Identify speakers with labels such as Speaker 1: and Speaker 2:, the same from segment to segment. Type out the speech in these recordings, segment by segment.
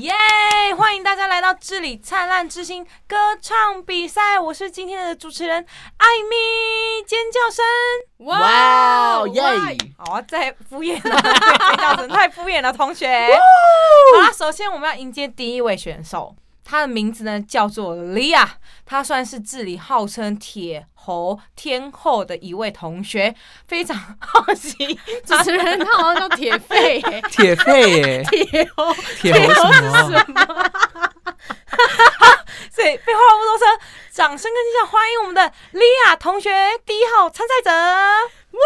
Speaker 1: 耶欢迎大家来到智理灿烂之星歌唱比赛，我是今天的主持人艾米，尖叫声！
Speaker 2: 哇哦耶
Speaker 1: 好、啊，再敷衍了， 尖叫声太敷衍了， 同学。好啦，首先我们要迎接第一位选手，他的名字呢叫做莉亚，他算是智理号称铁猴天后的一位同学，非常好奇
Speaker 3: 主持人他好像叫铁肺、欸，
Speaker 4: 铁肺耶，
Speaker 3: 铁哦，
Speaker 4: 铁猴什么啊？
Speaker 1: 所以废话不多说，掌声跟音响欢迎我们的莉亚同学第一号参赛者，哇，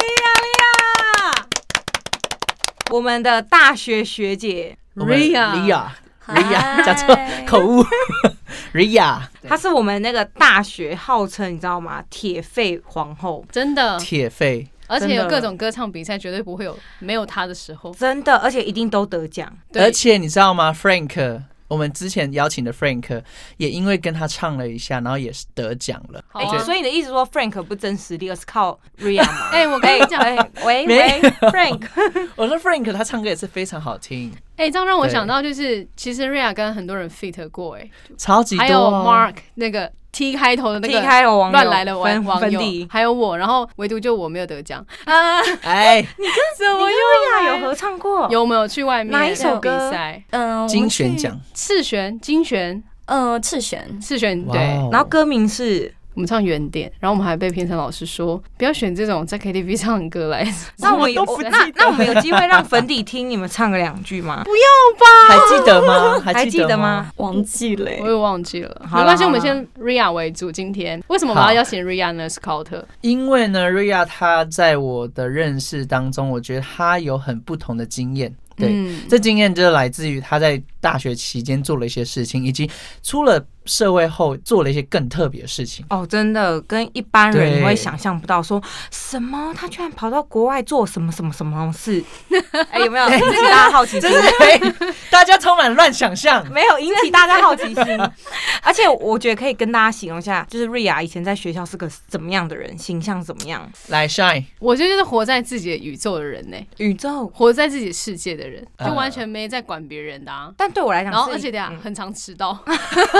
Speaker 1: 莉亚莉亚，我们的大学学姐
Speaker 4: 我们
Speaker 3: Ria
Speaker 4: Ria，Ria，讲错口误 ，Ria
Speaker 1: 她是我们那个大学号称你知道吗？铁肺皇后，
Speaker 3: 真的，
Speaker 4: 铁肺，
Speaker 3: 而且有
Speaker 1: 真的
Speaker 3: 各种歌唱比赛，绝对不会有没有他的时候。
Speaker 1: 真的，而且一定都得奖。
Speaker 4: 而
Speaker 3: 对，
Speaker 4: 且你知道吗？Frank，我们之前邀请的 Frank 也因为跟他唱了一下，然后也是得奖了。
Speaker 3: 好
Speaker 1: 哎、
Speaker 3: 啊，
Speaker 1: 所以你的意思说 Frank 不真实力，而是靠 Ria 吗？
Speaker 3: 哎、我跟你讲，哎、
Speaker 1: 哎喂
Speaker 4: 没
Speaker 1: 喂，Frank，
Speaker 4: 我说 Frank 他唱歌也是非常好听，
Speaker 3: 哎这样让我
Speaker 4: 对
Speaker 3: 想到就是，其实 Ria 跟很多人 fit 过、哎，
Speaker 4: 超级多
Speaker 3: 还有
Speaker 4: 哦。
Speaker 3: Mark 那个 T 开头 的那
Speaker 1: T
Speaker 3: 个
Speaker 1: 开头网友
Speaker 3: 乱来的网
Speaker 1: 粉
Speaker 3: 网
Speaker 1: 粉
Speaker 3: 友
Speaker 1: 底，，
Speaker 3: 还有我，然后唯独就我没有得 奖啊！
Speaker 4: 哎，
Speaker 3: 怎
Speaker 1: 我
Speaker 3: 么
Speaker 1: 跟
Speaker 3: 又
Speaker 1: Ria
Speaker 3: 来
Speaker 1: 有合唱过，
Speaker 3: 有没有去外面
Speaker 1: 哦哪一首歌
Speaker 3: 比赛？
Speaker 5: 嗯，
Speaker 4: 金选奖，
Speaker 3: 赤玄、金玄、
Speaker 5: 呃，赤玄，
Speaker 3: 赤玄，
Speaker 4: 哇
Speaker 3: 对，
Speaker 4: 哦
Speaker 1: 然后歌名是。
Speaker 3: 我们唱原点，然后我们还被评审老师说不要选这种在 KTV 唱的歌来。
Speaker 1: 那我们有
Speaker 4: 我都不记
Speaker 1: 那那我们有机会让粉底听你们唱个两句吗？
Speaker 4: 还记得吗？还
Speaker 1: 记得吗？？
Speaker 5: 忘记了
Speaker 3: 我也忘记了，
Speaker 1: 好啦
Speaker 3: 没关系，我
Speaker 1: 好啦
Speaker 3: 们先 Ria 为主。今天为什么我们要
Speaker 4: 好
Speaker 3: 邀请 Ria 呢？Scout，
Speaker 4: 因为呢，Ria 她在我的认识当中，我觉得她有很不同的经验。对，
Speaker 3: 嗯
Speaker 4: 这经验就来自于她在大学期间做了一些事情，以及出了社会后做了一些更特别的 事情。
Speaker 1: 哦，真的跟一般人
Speaker 4: 对
Speaker 1: 你会想象不到说，什么他居然跑到国外做什么什么什么事？ 哎、有没有引起大家好奇
Speaker 4: 这
Speaker 1: 心？
Speaker 4: 是、哎大家充满乱想象。
Speaker 1: 没有引起大家好奇心。 而且我觉得可以跟大家形容一下，就是瑞亚以前在学校是个怎么样的人，形象怎么样？
Speaker 4: 来，Shine，
Speaker 3: 我觉得就是活在自己的宇宙的人呢、
Speaker 1: 宇宙。
Speaker 3: 活在自己世界的人，
Speaker 4: 呃
Speaker 3: 就完全没在管别人的、啊。
Speaker 1: 但对我来讲
Speaker 3: 然
Speaker 1: 是一，
Speaker 3: 后，而且等一下
Speaker 1: 嗯
Speaker 3: 很常迟 到，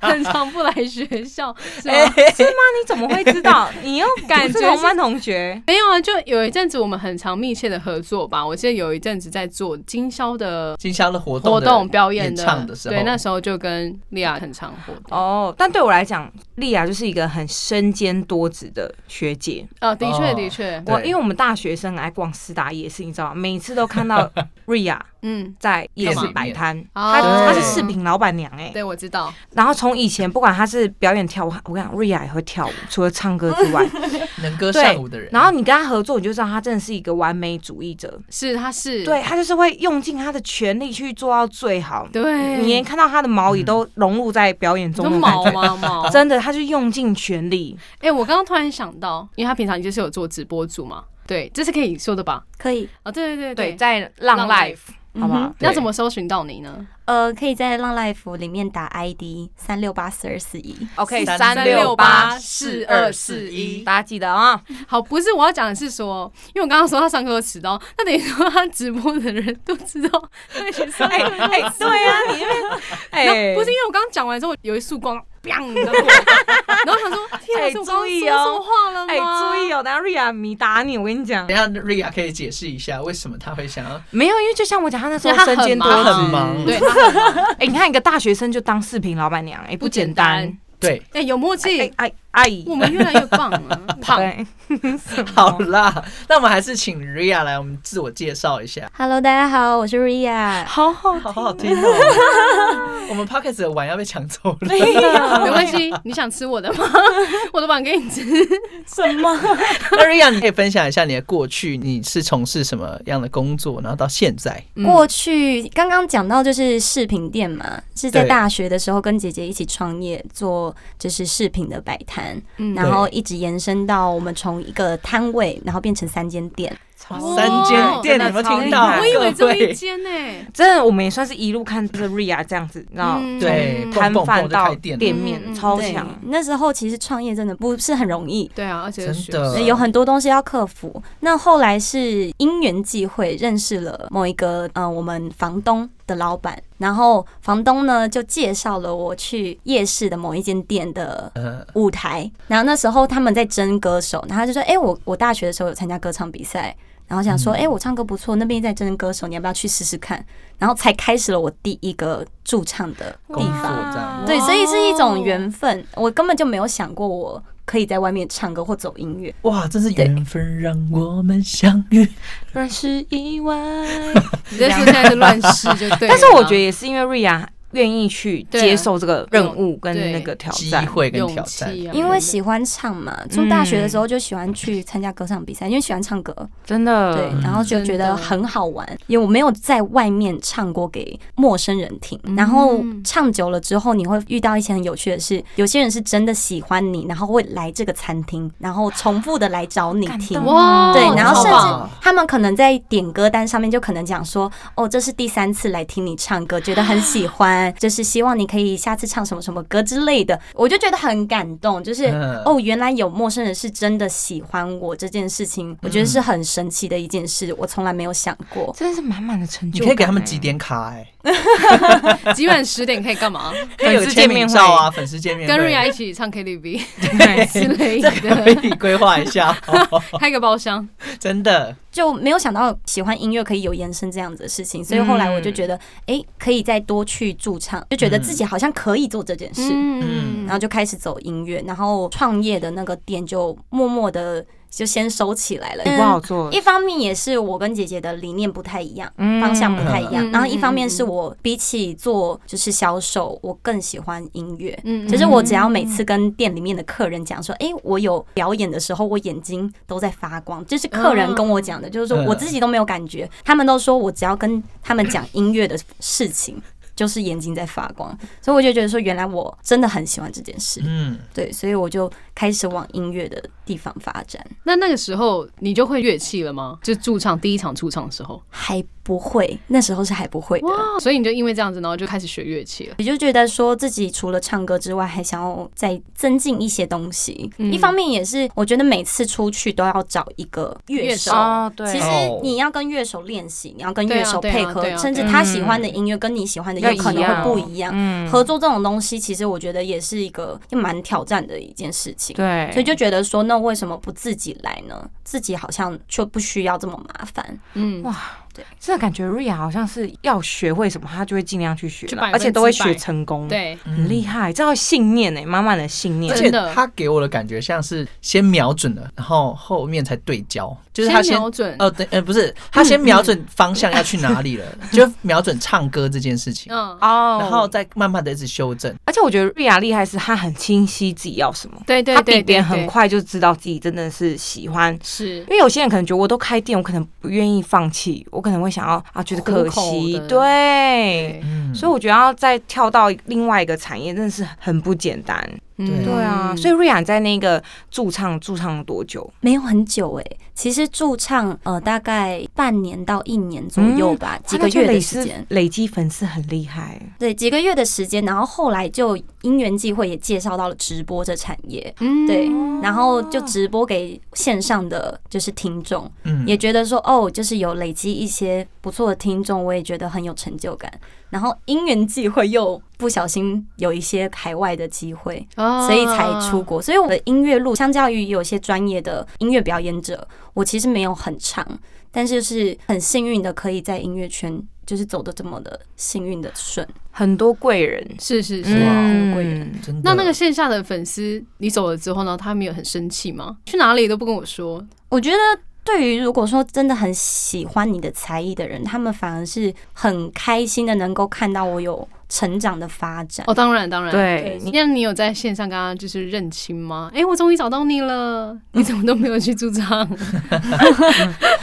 Speaker 3: 很常不来学校，是吗
Speaker 4: 哎、
Speaker 1: 那你怎么会知道？你又
Speaker 3: 感
Speaker 1: 感
Speaker 3: 觉
Speaker 1: 觉
Speaker 3: 是
Speaker 1: 同班同学，
Speaker 3: 没有啊，就有一阵子我们很常密切的合作吧。我记得有一阵子在做经销的
Speaker 4: 经销的活动
Speaker 3: 活
Speaker 4: 的
Speaker 3: 动表演
Speaker 4: 演唱的时候，
Speaker 3: 对，那时候就跟莉亚很常活动。
Speaker 1: 哦，但对我来讲，莉亚就是一个很身兼多职的学姐。
Speaker 3: 哦，的确
Speaker 4: 哦
Speaker 3: 的确，
Speaker 4: 对
Speaker 1: 我因为我们大学生很爱逛四大夜市，你知道吗？每次都看到瑞亚
Speaker 3: 嗯，
Speaker 1: 在夜
Speaker 4: 店
Speaker 1: 市
Speaker 4: 里
Speaker 1: 摆
Speaker 4: 面
Speaker 1: 摊，
Speaker 3: 哦
Speaker 1: 她
Speaker 4: 对
Speaker 1: 她是饰品老板娘哎、
Speaker 3: 对我知道，
Speaker 1: 然后从以前不管她是表演跳舞，我跟你讲，瑞亚也会跳舞，除了唱歌 之外，
Speaker 4: 能歌
Speaker 1: 对
Speaker 4: 善舞的人。
Speaker 1: 然后你跟她合作，你就知道她真的是一个完美主义者，
Speaker 3: 是他是
Speaker 1: 对她就是会用尽她的全力去做到最好。
Speaker 3: 对，
Speaker 1: 你连看到她的毛也都融入在表演中
Speaker 3: 就
Speaker 1: 的感觉
Speaker 3: 毛啊吗毛？
Speaker 1: 真的，她就用尽全力。
Speaker 3: 哎、我刚刚突然想到，因为他平常就是有做直播组嘛，对，这是可以说的吧？
Speaker 5: 可以，
Speaker 3: 哦，对对
Speaker 1: 对，
Speaker 3: 对，
Speaker 1: 在浪 life，
Speaker 5: 嗯
Speaker 1: 好不好
Speaker 5: 哼？
Speaker 3: 要怎么搜寻到你呢？
Speaker 5: 呃，可以在浪 life 里面打 ID 三六八四二四一。
Speaker 1: OK，
Speaker 4: 三
Speaker 1: 三
Speaker 4: 六
Speaker 1: 六
Speaker 4: 八
Speaker 1: 八
Speaker 4: 四
Speaker 3: 四
Speaker 4: 二
Speaker 3: 二
Speaker 4: 四
Speaker 3: 四
Speaker 4: 一
Speaker 3: 一
Speaker 1: 大家记得啊、
Speaker 3: 好，不是我要讲的是说，因为我刚刚说他上课都迟到，那等于说他直播的人都知道他会去上课。
Speaker 1: 哎哎，对 啊，你那边哎，
Speaker 3: 不是因为我刚刚讲完之后有一束光，砰，你知 道吗然后想说，天啊，
Speaker 1: 哎
Speaker 3: 是我刚刚
Speaker 1: 注
Speaker 3: 说
Speaker 1: 意
Speaker 3: 错
Speaker 1: 哦
Speaker 3: 话了吗？
Speaker 1: 哎，注意哦，等下瑞亚米打你，我跟你讲
Speaker 4: 等，一下 Ria 可以解释一下为什么他会想要
Speaker 1: 没有，因为就像我讲，他那时
Speaker 3: 所以
Speaker 1: 候
Speaker 3: 他
Speaker 1: 身
Speaker 3: 很
Speaker 1: 兼多
Speaker 3: 忙，
Speaker 4: 他
Speaker 1: 职
Speaker 4: 很，忙
Speaker 3: 对，他很忙
Speaker 1: 哎，你看一个大学生就当饰品老板娘，哎，不简单，
Speaker 4: 对，
Speaker 3: 哎，有默
Speaker 1: 哎
Speaker 3: 契，
Speaker 1: 哎哎，
Speaker 3: 我们越来越棒 了，胖。
Speaker 1: 对，
Speaker 4: 好啦，那我们还是请 Ria 来，我们自我介绍一下。
Speaker 5: Hello，大家好，我是 Ria。
Speaker 1: 好好，
Speaker 4: 好好听哦，我们 Pockets 的碗要被抢走 了。
Speaker 1: 哎
Speaker 3: 没关系，你想吃我的吗？我的碗给你吃。
Speaker 5: 什么？
Speaker 4: 那 Ria，你可以分享一下你的过去，你是从事什么样的工作，然后到现在？
Speaker 5: 过去刚刚讲到就是饰品店嘛，是在
Speaker 4: 对
Speaker 5: 大学的时候跟姐姐一起创业做就是饰品的摆摊，
Speaker 3: 嗯
Speaker 5: 然后一直延伸到我们从一个摊位，然后变成三间店。
Speaker 1: 超
Speaker 3: 哇
Speaker 4: 三间店，你有
Speaker 1: 真的
Speaker 4: 没有
Speaker 1: 超
Speaker 4: 听
Speaker 1: 厉
Speaker 4: 到？
Speaker 1: 害
Speaker 3: 我以为只
Speaker 4: 各
Speaker 3: 有一
Speaker 4: 位，
Speaker 3: 间呢、
Speaker 1: 真的，我们也算是一路看着 Ria 这样子，你知道，
Speaker 3: 嗯
Speaker 4: 对
Speaker 3: 从
Speaker 1: 摊
Speaker 4: 蹦蹦
Speaker 1: 贩
Speaker 4: 蹦就
Speaker 1: 到
Speaker 4: 开店了
Speaker 1: 店
Speaker 3: 嗯嗯
Speaker 1: 面，
Speaker 3: 嗯
Speaker 1: 超
Speaker 5: 对
Speaker 1: 强。，
Speaker 5: 那时候其实创业真的不是很容易，
Speaker 3: 对啊，而且
Speaker 4: 真
Speaker 3: 是学
Speaker 4: 的
Speaker 3: 生
Speaker 5: 呃有很多东西要克服。那后来是因缘际会认识了某一个呃我们房东的老板，然后房东呢就介绍了我去夜市的某一间店的
Speaker 4: 呃，
Speaker 5: 舞台，然后那时候他们在争歌手，然后他就说：“哎、我我大学的时候有参加歌唱比赛，然后想说，哎、我唱歌不错，那边在争歌手，你要不要去试试看？”然后才开始了我第一个驻唱的地
Speaker 4: 工作
Speaker 5: 方。
Speaker 4: 这样
Speaker 3: 哇
Speaker 5: 对，所以是一种缘分，我根本就没有想过我可以在外面唱歌或走音乐。
Speaker 4: 哇，真是缘分让我们相遇。
Speaker 1: 认识意外，
Speaker 3: 你在说现在是乱世就对了。
Speaker 1: 但是我觉得也是因为 Ria 愿意去接受这个任务跟那个挑
Speaker 4: 机
Speaker 1: 战，
Speaker 4: 会跟
Speaker 3: 勇
Speaker 4: 挑
Speaker 3: 气
Speaker 4: 战，
Speaker 3: 啊，
Speaker 5: 因为喜欢唱嘛，从大学的
Speaker 1: 嗯
Speaker 5: 时候就喜欢去参加歌唱比赛，因为喜欢唱歌，
Speaker 1: 真嗯的
Speaker 5: 对，然后就觉得很好玩，因为我没有在外面唱过给陌生人听。然后
Speaker 1: 嗯
Speaker 5: 唱久了之后，你会遇到一些很有趣的事，有些人是真的喜欢你，然后会来这个餐厅，然后重复的来找你
Speaker 1: 感
Speaker 5: 听
Speaker 1: 动。哦
Speaker 3: 哇，
Speaker 5: 对，然后
Speaker 3: 好
Speaker 5: 甚
Speaker 3: 棒
Speaker 5: 至他们可能在点歌单上面就可能讲说，哦，这是第三次来听你唱歌，觉得很喜欢，就是希望你可以下次唱什么什么歌之类的，我就觉得很感动，就是、
Speaker 4: 嗯
Speaker 5: 哦，原来有陌生人是真的喜欢我这件事情，
Speaker 3: 嗯
Speaker 5: 我觉得是很神奇的一件事，我从来没有想过。
Speaker 1: 真的是满满的成
Speaker 4: 你
Speaker 1: 就感。
Speaker 4: 可以给他们几？点卡哎、
Speaker 3: 几晚十点可以干嘛？
Speaker 4: 可以有签名照啊，粉丝见面
Speaker 3: 跟瑞亚
Speaker 4: 会，
Speaker 3: 一起唱 KTV 之
Speaker 4: 对，
Speaker 3: 类
Speaker 4: 这个可
Speaker 3: 的，
Speaker 4: 以规划一下哦，
Speaker 3: 开个包厢。
Speaker 4: 真的。
Speaker 5: 就没有想到喜欢音乐可以有延伸这样子的事情，所以后来我就觉
Speaker 3: 嗯
Speaker 5: 得，哎、可以再多去驻唱，就觉得自己好像可以做这件事，
Speaker 3: 嗯
Speaker 5: 然后就开始走音乐，然后创业的那个店就默默的就先收起来了。嗯
Speaker 1: 不好做，
Speaker 5: 一方面也是我跟姐姐的理念不太一样，
Speaker 1: 嗯
Speaker 5: 方向不太一样。
Speaker 3: 嗯
Speaker 5: 然后一方面是我比起做就是销售，我更喜欢音乐。
Speaker 3: 嗯
Speaker 5: 其实我只要每次跟店里面的客人讲说，哎、我有表演的时候，我眼睛都在发光，这是客人跟我讲的，就是说
Speaker 4: 嗯
Speaker 5: 我自己都没有感觉，他们都说我只要跟他们讲音乐的事情，就是眼睛在发光，所以我就觉得说，原来我真的很喜欢这件事，
Speaker 4: 嗯，
Speaker 5: 对，所以我就开始往音乐的地方发展，
Speaker 3: 嗯那那个时候你就会乐器了吗？就驻唱第一场驻唱的时候，
Speaker 5: 还不会，那时候是还不会的。
Speaker 3: 哇！所以你就因为这样子，然后就开始学乐器了。
Speaker 5: 也就觉得说自己除了唱歌之外，还想要再增进一些东西。
Speaker 3: 嗯
Speaker 5: 一方面也是，我觉得每次出去都要找一个乐
Speaker 3: 乐
Speaker 5: 手。
Speaker 3: 手
Speaker 1: 哦，对，
Speaker 5: 其实
Speaker 4: 哦
Speaker 5: 你要跟乐手练习，你要跟
Speaker 3: 对啊
Speaker 5: 乐手
Speaker 3: 对啊
Speaker 5: 配合
Speaker 3: 对，啊
Speaker 5: 甚至
Speaker 3: 对啊
Speaker 5: 他喜欢的音乐跟你喜欢的
Speaker 1: 要
Speaker 5: 有可能会不一样。
Speaker 1: 嗯
Speaker 5: 合作这种东西，其实我觉得也是一个蛮挑战的一件事情。
Speaker 1: 对，
Speaker 5: 所以就觉得说，那为什么不自己来呢？自己好像就不需要这么麻烦。
Speaker 3: 嗯，
Speaker 1: 哇真的感觉瑞亚好像是要学会什么，他就会尽量去学
Speaker 3: 就
Speaker 1: 啦，
Speaker 3: 百
Speaker 1: 而
Speaker 3: 分之
Speaker 1: 且都会学成功，，
Speaker 3: 对，
Speaker 4: 嗯
Speaker 1: 很厉害，这要信念呢，满满的信念
Speaker 4: 而。且他给我的感觉像是先瞄准了，然后后面才对焦，就是他先
Speaker 3: 瞄准。
Speaker 4: 哦，对，呃，不是，他
Speaker 5: 嗯
Speaker 4: 先瞄准方向要去哪里 了，就瞄准唱歌这件事情，
Speaker 3: 嗯，
Speaker 1: 哦
Speaker 4: 然后再慢慢的一直修正。
Speaker 1: 而且我觉得瑞亚厉害是他很清晰自己要什么，
Speaker 3: 对对
Speaker 1: 他
Speaker 3: 对
Speaker 1: 比
Speaker 3: 对，
Speaker 1: 别人很
Speaker 3: 对
Speaker 1: 快就知道自己真的是喜欢。
Speaker 3: 是
Speaker 1: 因为有些人可能觉得我都开店，我可能不愿意放弃，我可能会想要啊，觉得可
Speaker 3: 苦
Speaker 1: 惜
Speaker 3: 口，的
Speaker 1: 对。
Speaker 4: 嗯，
Speaker 1: 所以我觉得要再跳到另外一个产业，真的是很不简单。
Speaker 3: 嗯
Speaker 1: 对啊，所以瑞亚在那个驻唱驻唱了多久？
Speaker 5: 没有很久哎、其实驻唱呃大概半年到一年左右吧，几个月的时间。
Speaker 1: 累积粉丝很厉害，
Speaker 5: 对，几个月的时间，然后后来就因缘际会也介绍到了直播这产业，
Speaker 3: 嗯
Speaker 5: 对，然后就直播给线上的就是听众，
Speaker 4: 嗯
Speaker 5: 也觉得说哦，就是有累积一些不错的听众，我也觉得很有成就感。然后因缘际会又不小心有一些海外的机会，
Speaker 3: 啊
Speaker 5: 所以才出国。所以我的音乐路，相较于有些专业的音乐表演者，我其实没有很长，但是是很幸运的，可以在音乐圈就是走的这么的幸运的顺。
Speaker 1: 很多贵人，
Speaker 3: 是是是。啊
Speaker 4: 哇
Speaker 1: 嗯，
Speaker 5: 贵
Speaker 1: 人。
Speaker 4: 真的
Speaker 3: 那那个线下的粉丝，你走了之后呢？他们有很生气吗？去哪里都不跟我说，
Speaker 5: 我觉得。对于如果说真的很喜欢你的才艺的人，他们反而是很开心的，能够看到我有成长的发展。
Speaker 3: 哦，当然当然。
Speaker 1: 对
Speaker 3: 那你有在线上跟他就是认亲吗？哎、我终于找到你了，你怎么都没有去驻唱？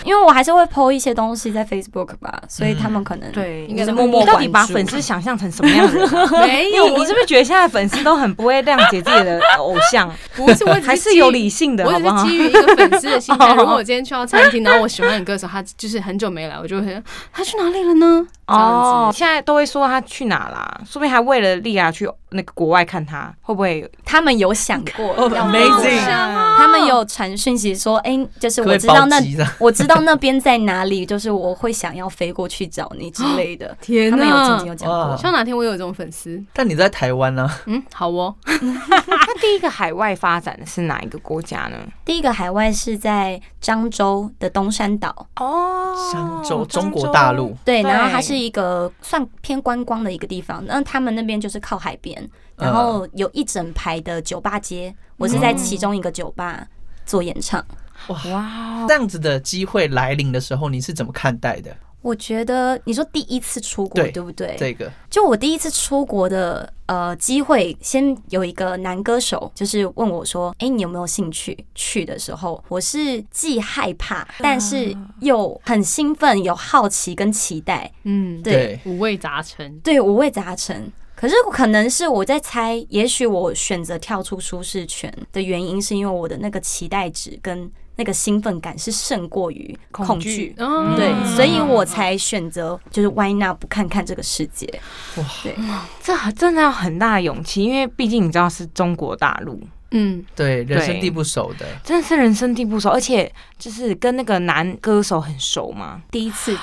Speaker 5: 因为我还是会 PO 一些东西在 Facebook 吧，所以他们可能
Speaker 1: 对，
Speaker 5: 应该是默默
Speaker 1: 你到底把
Speaker 5: 关注
Speaker 1: 粉丝想象成什么样子、 啊？
Speaker 3: 没
Speaker 1: 你
Speaker 3: 有，
Speaker 1: 你是不是觉得现在粉丝都很不会谅解自己的偶像，
Speaker 3: 不是我只
Speaker 1: 还
Speaker 3: 是
Speaker 1: 是
Speaker 3: 基
Speaker 1: 有
Speaker 3: 于
Speaker 1: 理性的，
Speaker 3: 我
Speaker 1: 好
Speaker 3: 只
Speaker 1: 不
Speaker 3: 是
Speaker 1: 好？
Speaker 3: 基于一个粉丝的心态，
Speaker 1: 哦
Speaker 3: 如果我今天去到餐厅，然后我喜欢的歌手，他就是很久没来，我就会他去哪里了呢？
Speaker 1: 哦，现在都会说他去哪啦，说不定还为了莉亚去那个国外看他，会不会有
Speaker 5: 他们有想过要
Speaker 3: 这样子
Speaker 4: Amazing
Speaker 3: 好香哦。
Speaker 5: 他们有传讯息说，哎、就是
Speaker 4: 可不可
Speaker 5: 我
Speaker 4: 以
Speaker 5: 知道
Speaker 4: 包
Speaker 5: 那
Speaker 4: 机啊 的？
Speaker 5: 我知道那边在哪里，就是我会想要飞过去找你之类的
Speaker 3: 天
Speaker 5: 他们有曾
Speaker 3: 哪
Speaker 5: 经！有讲过
Speaker 4: 哇，
Speaker 3: 希望哪天我有这种粉丝，
Speaker 4: 但你在台湾啊呢？
Speaker 3: 嗯，好哦，
Speaker 1: 他第一个海外发展的是哪一个国家呢？
Speaker 5: 第一个海外是在漳州的东山岛，
Speaker 1: 哦
Speaker 4: 漳州，中国大陆。
Speaker 5: 对，
Speaker 1: 对
Speaker 5: 然后它是一个算偏观光的一个地方，那他们那边就是靠海边，然后有一整排的酒吧街，我是在其中一个酒吧做演唱。
Speaker 1: 哇，
Speaker 5: 哦
Speaker 1: 哦
Speaker 4: 这样子的机会来临的时候，你是怎么看待的？
Speaker 5: 我觉得你说第一次出国
Speaker 4: 对
Speaker 5: 对不对？
Speaker 4: 这个
Speaker 5: 就我第一次出国的呃机会，先有一个男歌手就是问我说：“哎、你有没有兴趣？”去的时候，我是既害怕，但是又很兴奋，有好奇跟期待，
Speaker 3: 嗯，
Speaker 5: 对
Speaker 4: 对，
Speaker 3: 五味杂陈，
Speaker 5: 对五味杂陈。可是可能是我在猜，也许我选择跳出舒适圈的原因，是因为我的那个期待值跟那个兴奋感是胜过于
Speaker 1: 恐
Speaker 5: 恐
Speaker 1: 惧
Speaker 5: 惧。
Speaker 3: 哦
Speaker 5: 对，所以我才选择就是 Why not 不看看这个世界？
Speaker 1: 这真的要很大的勇气，因为毕竟你知道是中国大陆，
Speaker 3: 嗯，
Speaker 4: 对人
Speaker 1: 对
Speaker 4: 生地不熟的，
Speaker 1: 真的是人生地不熟，而且就是跟那个男歌手很熟嘛。
Speaker 5: 第一次，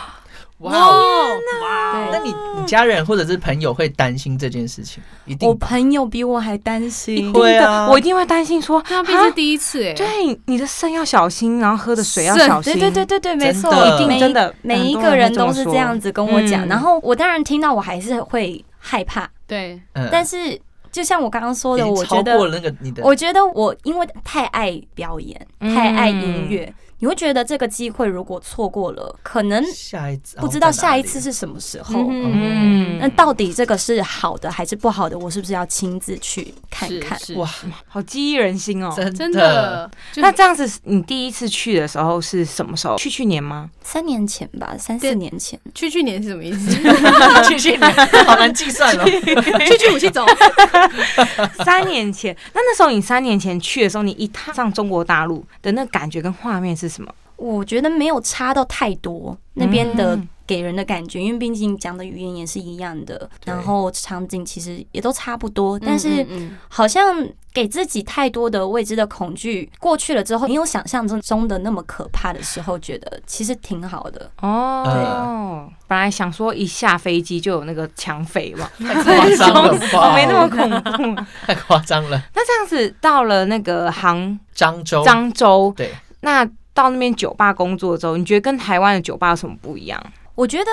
Speaker 4: 哇哦！那
Speaker 5: 对，
Speaker 4: 你你家人或者是朋友会担心这件事情？一
Speaker 5: 我
Speaker 4: 定吧
Speaker 5: 朋友比我还担心。
Speaker 4: 会啊，
Speaker 1: 我一定会担心说，
Speaker 3: 那毕竟是
Speaker 1: 啊
Speaker 3: 第一次哎，
Speaker 1: 对你的肾要小心，然后喝的水要
Speaker 3: 肾
Speaker 1: 小心，嗯
Speaker 5: 对啊对对对对，没错，
Speaker 4: 真的一定
Speaker 5: 每
Speaker 1: 真的
Speaker 5: 每
Speaker 1: 很
Speaker 5: 一
Speaker 1: 多
Speaker 5: 个
Speaker 1: 人
Speaker 5: 人
Speaker 1: 会这么
Speaker 5: 都是这样子跟我
Speaker 1: 说
Speaker 5: 讲。
Speaker 1: 嗯
Speaker 5: 然后我当然听到，我还是会害怕，
Speaker 3: 对，
Speaker 4: 嗯
Speaker 5: 但是就像我刚刚说的，
Speaker 4: 已经
Speaker 5: 我
Speaker 4: 超
Speaker 5: 觉
Speaker 4: 过
Speaker 5: 得，
Speaker 4: 了那个你的
Speaker 5: 我觉得我因为太爱表演，
Speaker 1: 嗯
Speaker 5: 太爱音乐，你会觉得这个机会如果错过了，可能
Speaker 4: 下一次哦
Speaker 5: 不知道下一次是什么时候。
Speaker 3: 嗯
Speaker 5: 那到底这个是好的还是不好的？我是不是要亲自去看
Speaker 3: 是
Speaker 5: 看？
Speaker 3: 是
Speaker 4: 哇
Speaker 1: 好激励人心
Speaker 5: 嗯
Speaker 1: 哦。
Speaker 4: 真
Speaker 3: 真的，就
Speaker 1: 那这样子，你第一次去的时候是什么时候？去去年吗？
Speaker 5: 三年前吧，三四
Speaker 3: 对
Speaker 5: 年前。
Speaker 3: 去去年是什么意思？
Speaker 4: 去去年好难计算哦。
Speaker 3: 去去我去走，
Speaker 1: 三年前。那那时候你三年前去的时候，你一踏上中国大陆的那感觉跟画面是什么？
Speaker 5: 我觉得没有差到太多，那边的
Speaker 1: 嗯
Speaker 5: 给人的感觉，因为毕竟讲的语言也是一样的，
Speaker 4: 对
Speaker 5: 然后场景其实也都差不多，但
Speaker 3: 嗯
Speaker 5: 是
Speaker 3: 嗯
Speaker 5: 好像给自己太多的未知的恐惧，过去了之后，没有想象中中的那么可怕的时候，觉得其实挺好的。
Speaker 1: 哦，本来想说一下飞机就有那个抢匪嘛，
Speaker 4: 夸张了吧？
Speaker 1: 没那么恐怖。
Speaker 4: 太夸张了。
Speaker 1: 那这样子到了那个杭
Speaker 4: 漳州，
Speaker 1: 漳州，
Speaker 4: 对，
Speaker 1: 那到那边酒吧工作之后，你觉得跟台湾的酒吧有什么不一样？
Speaker 5: 我觉得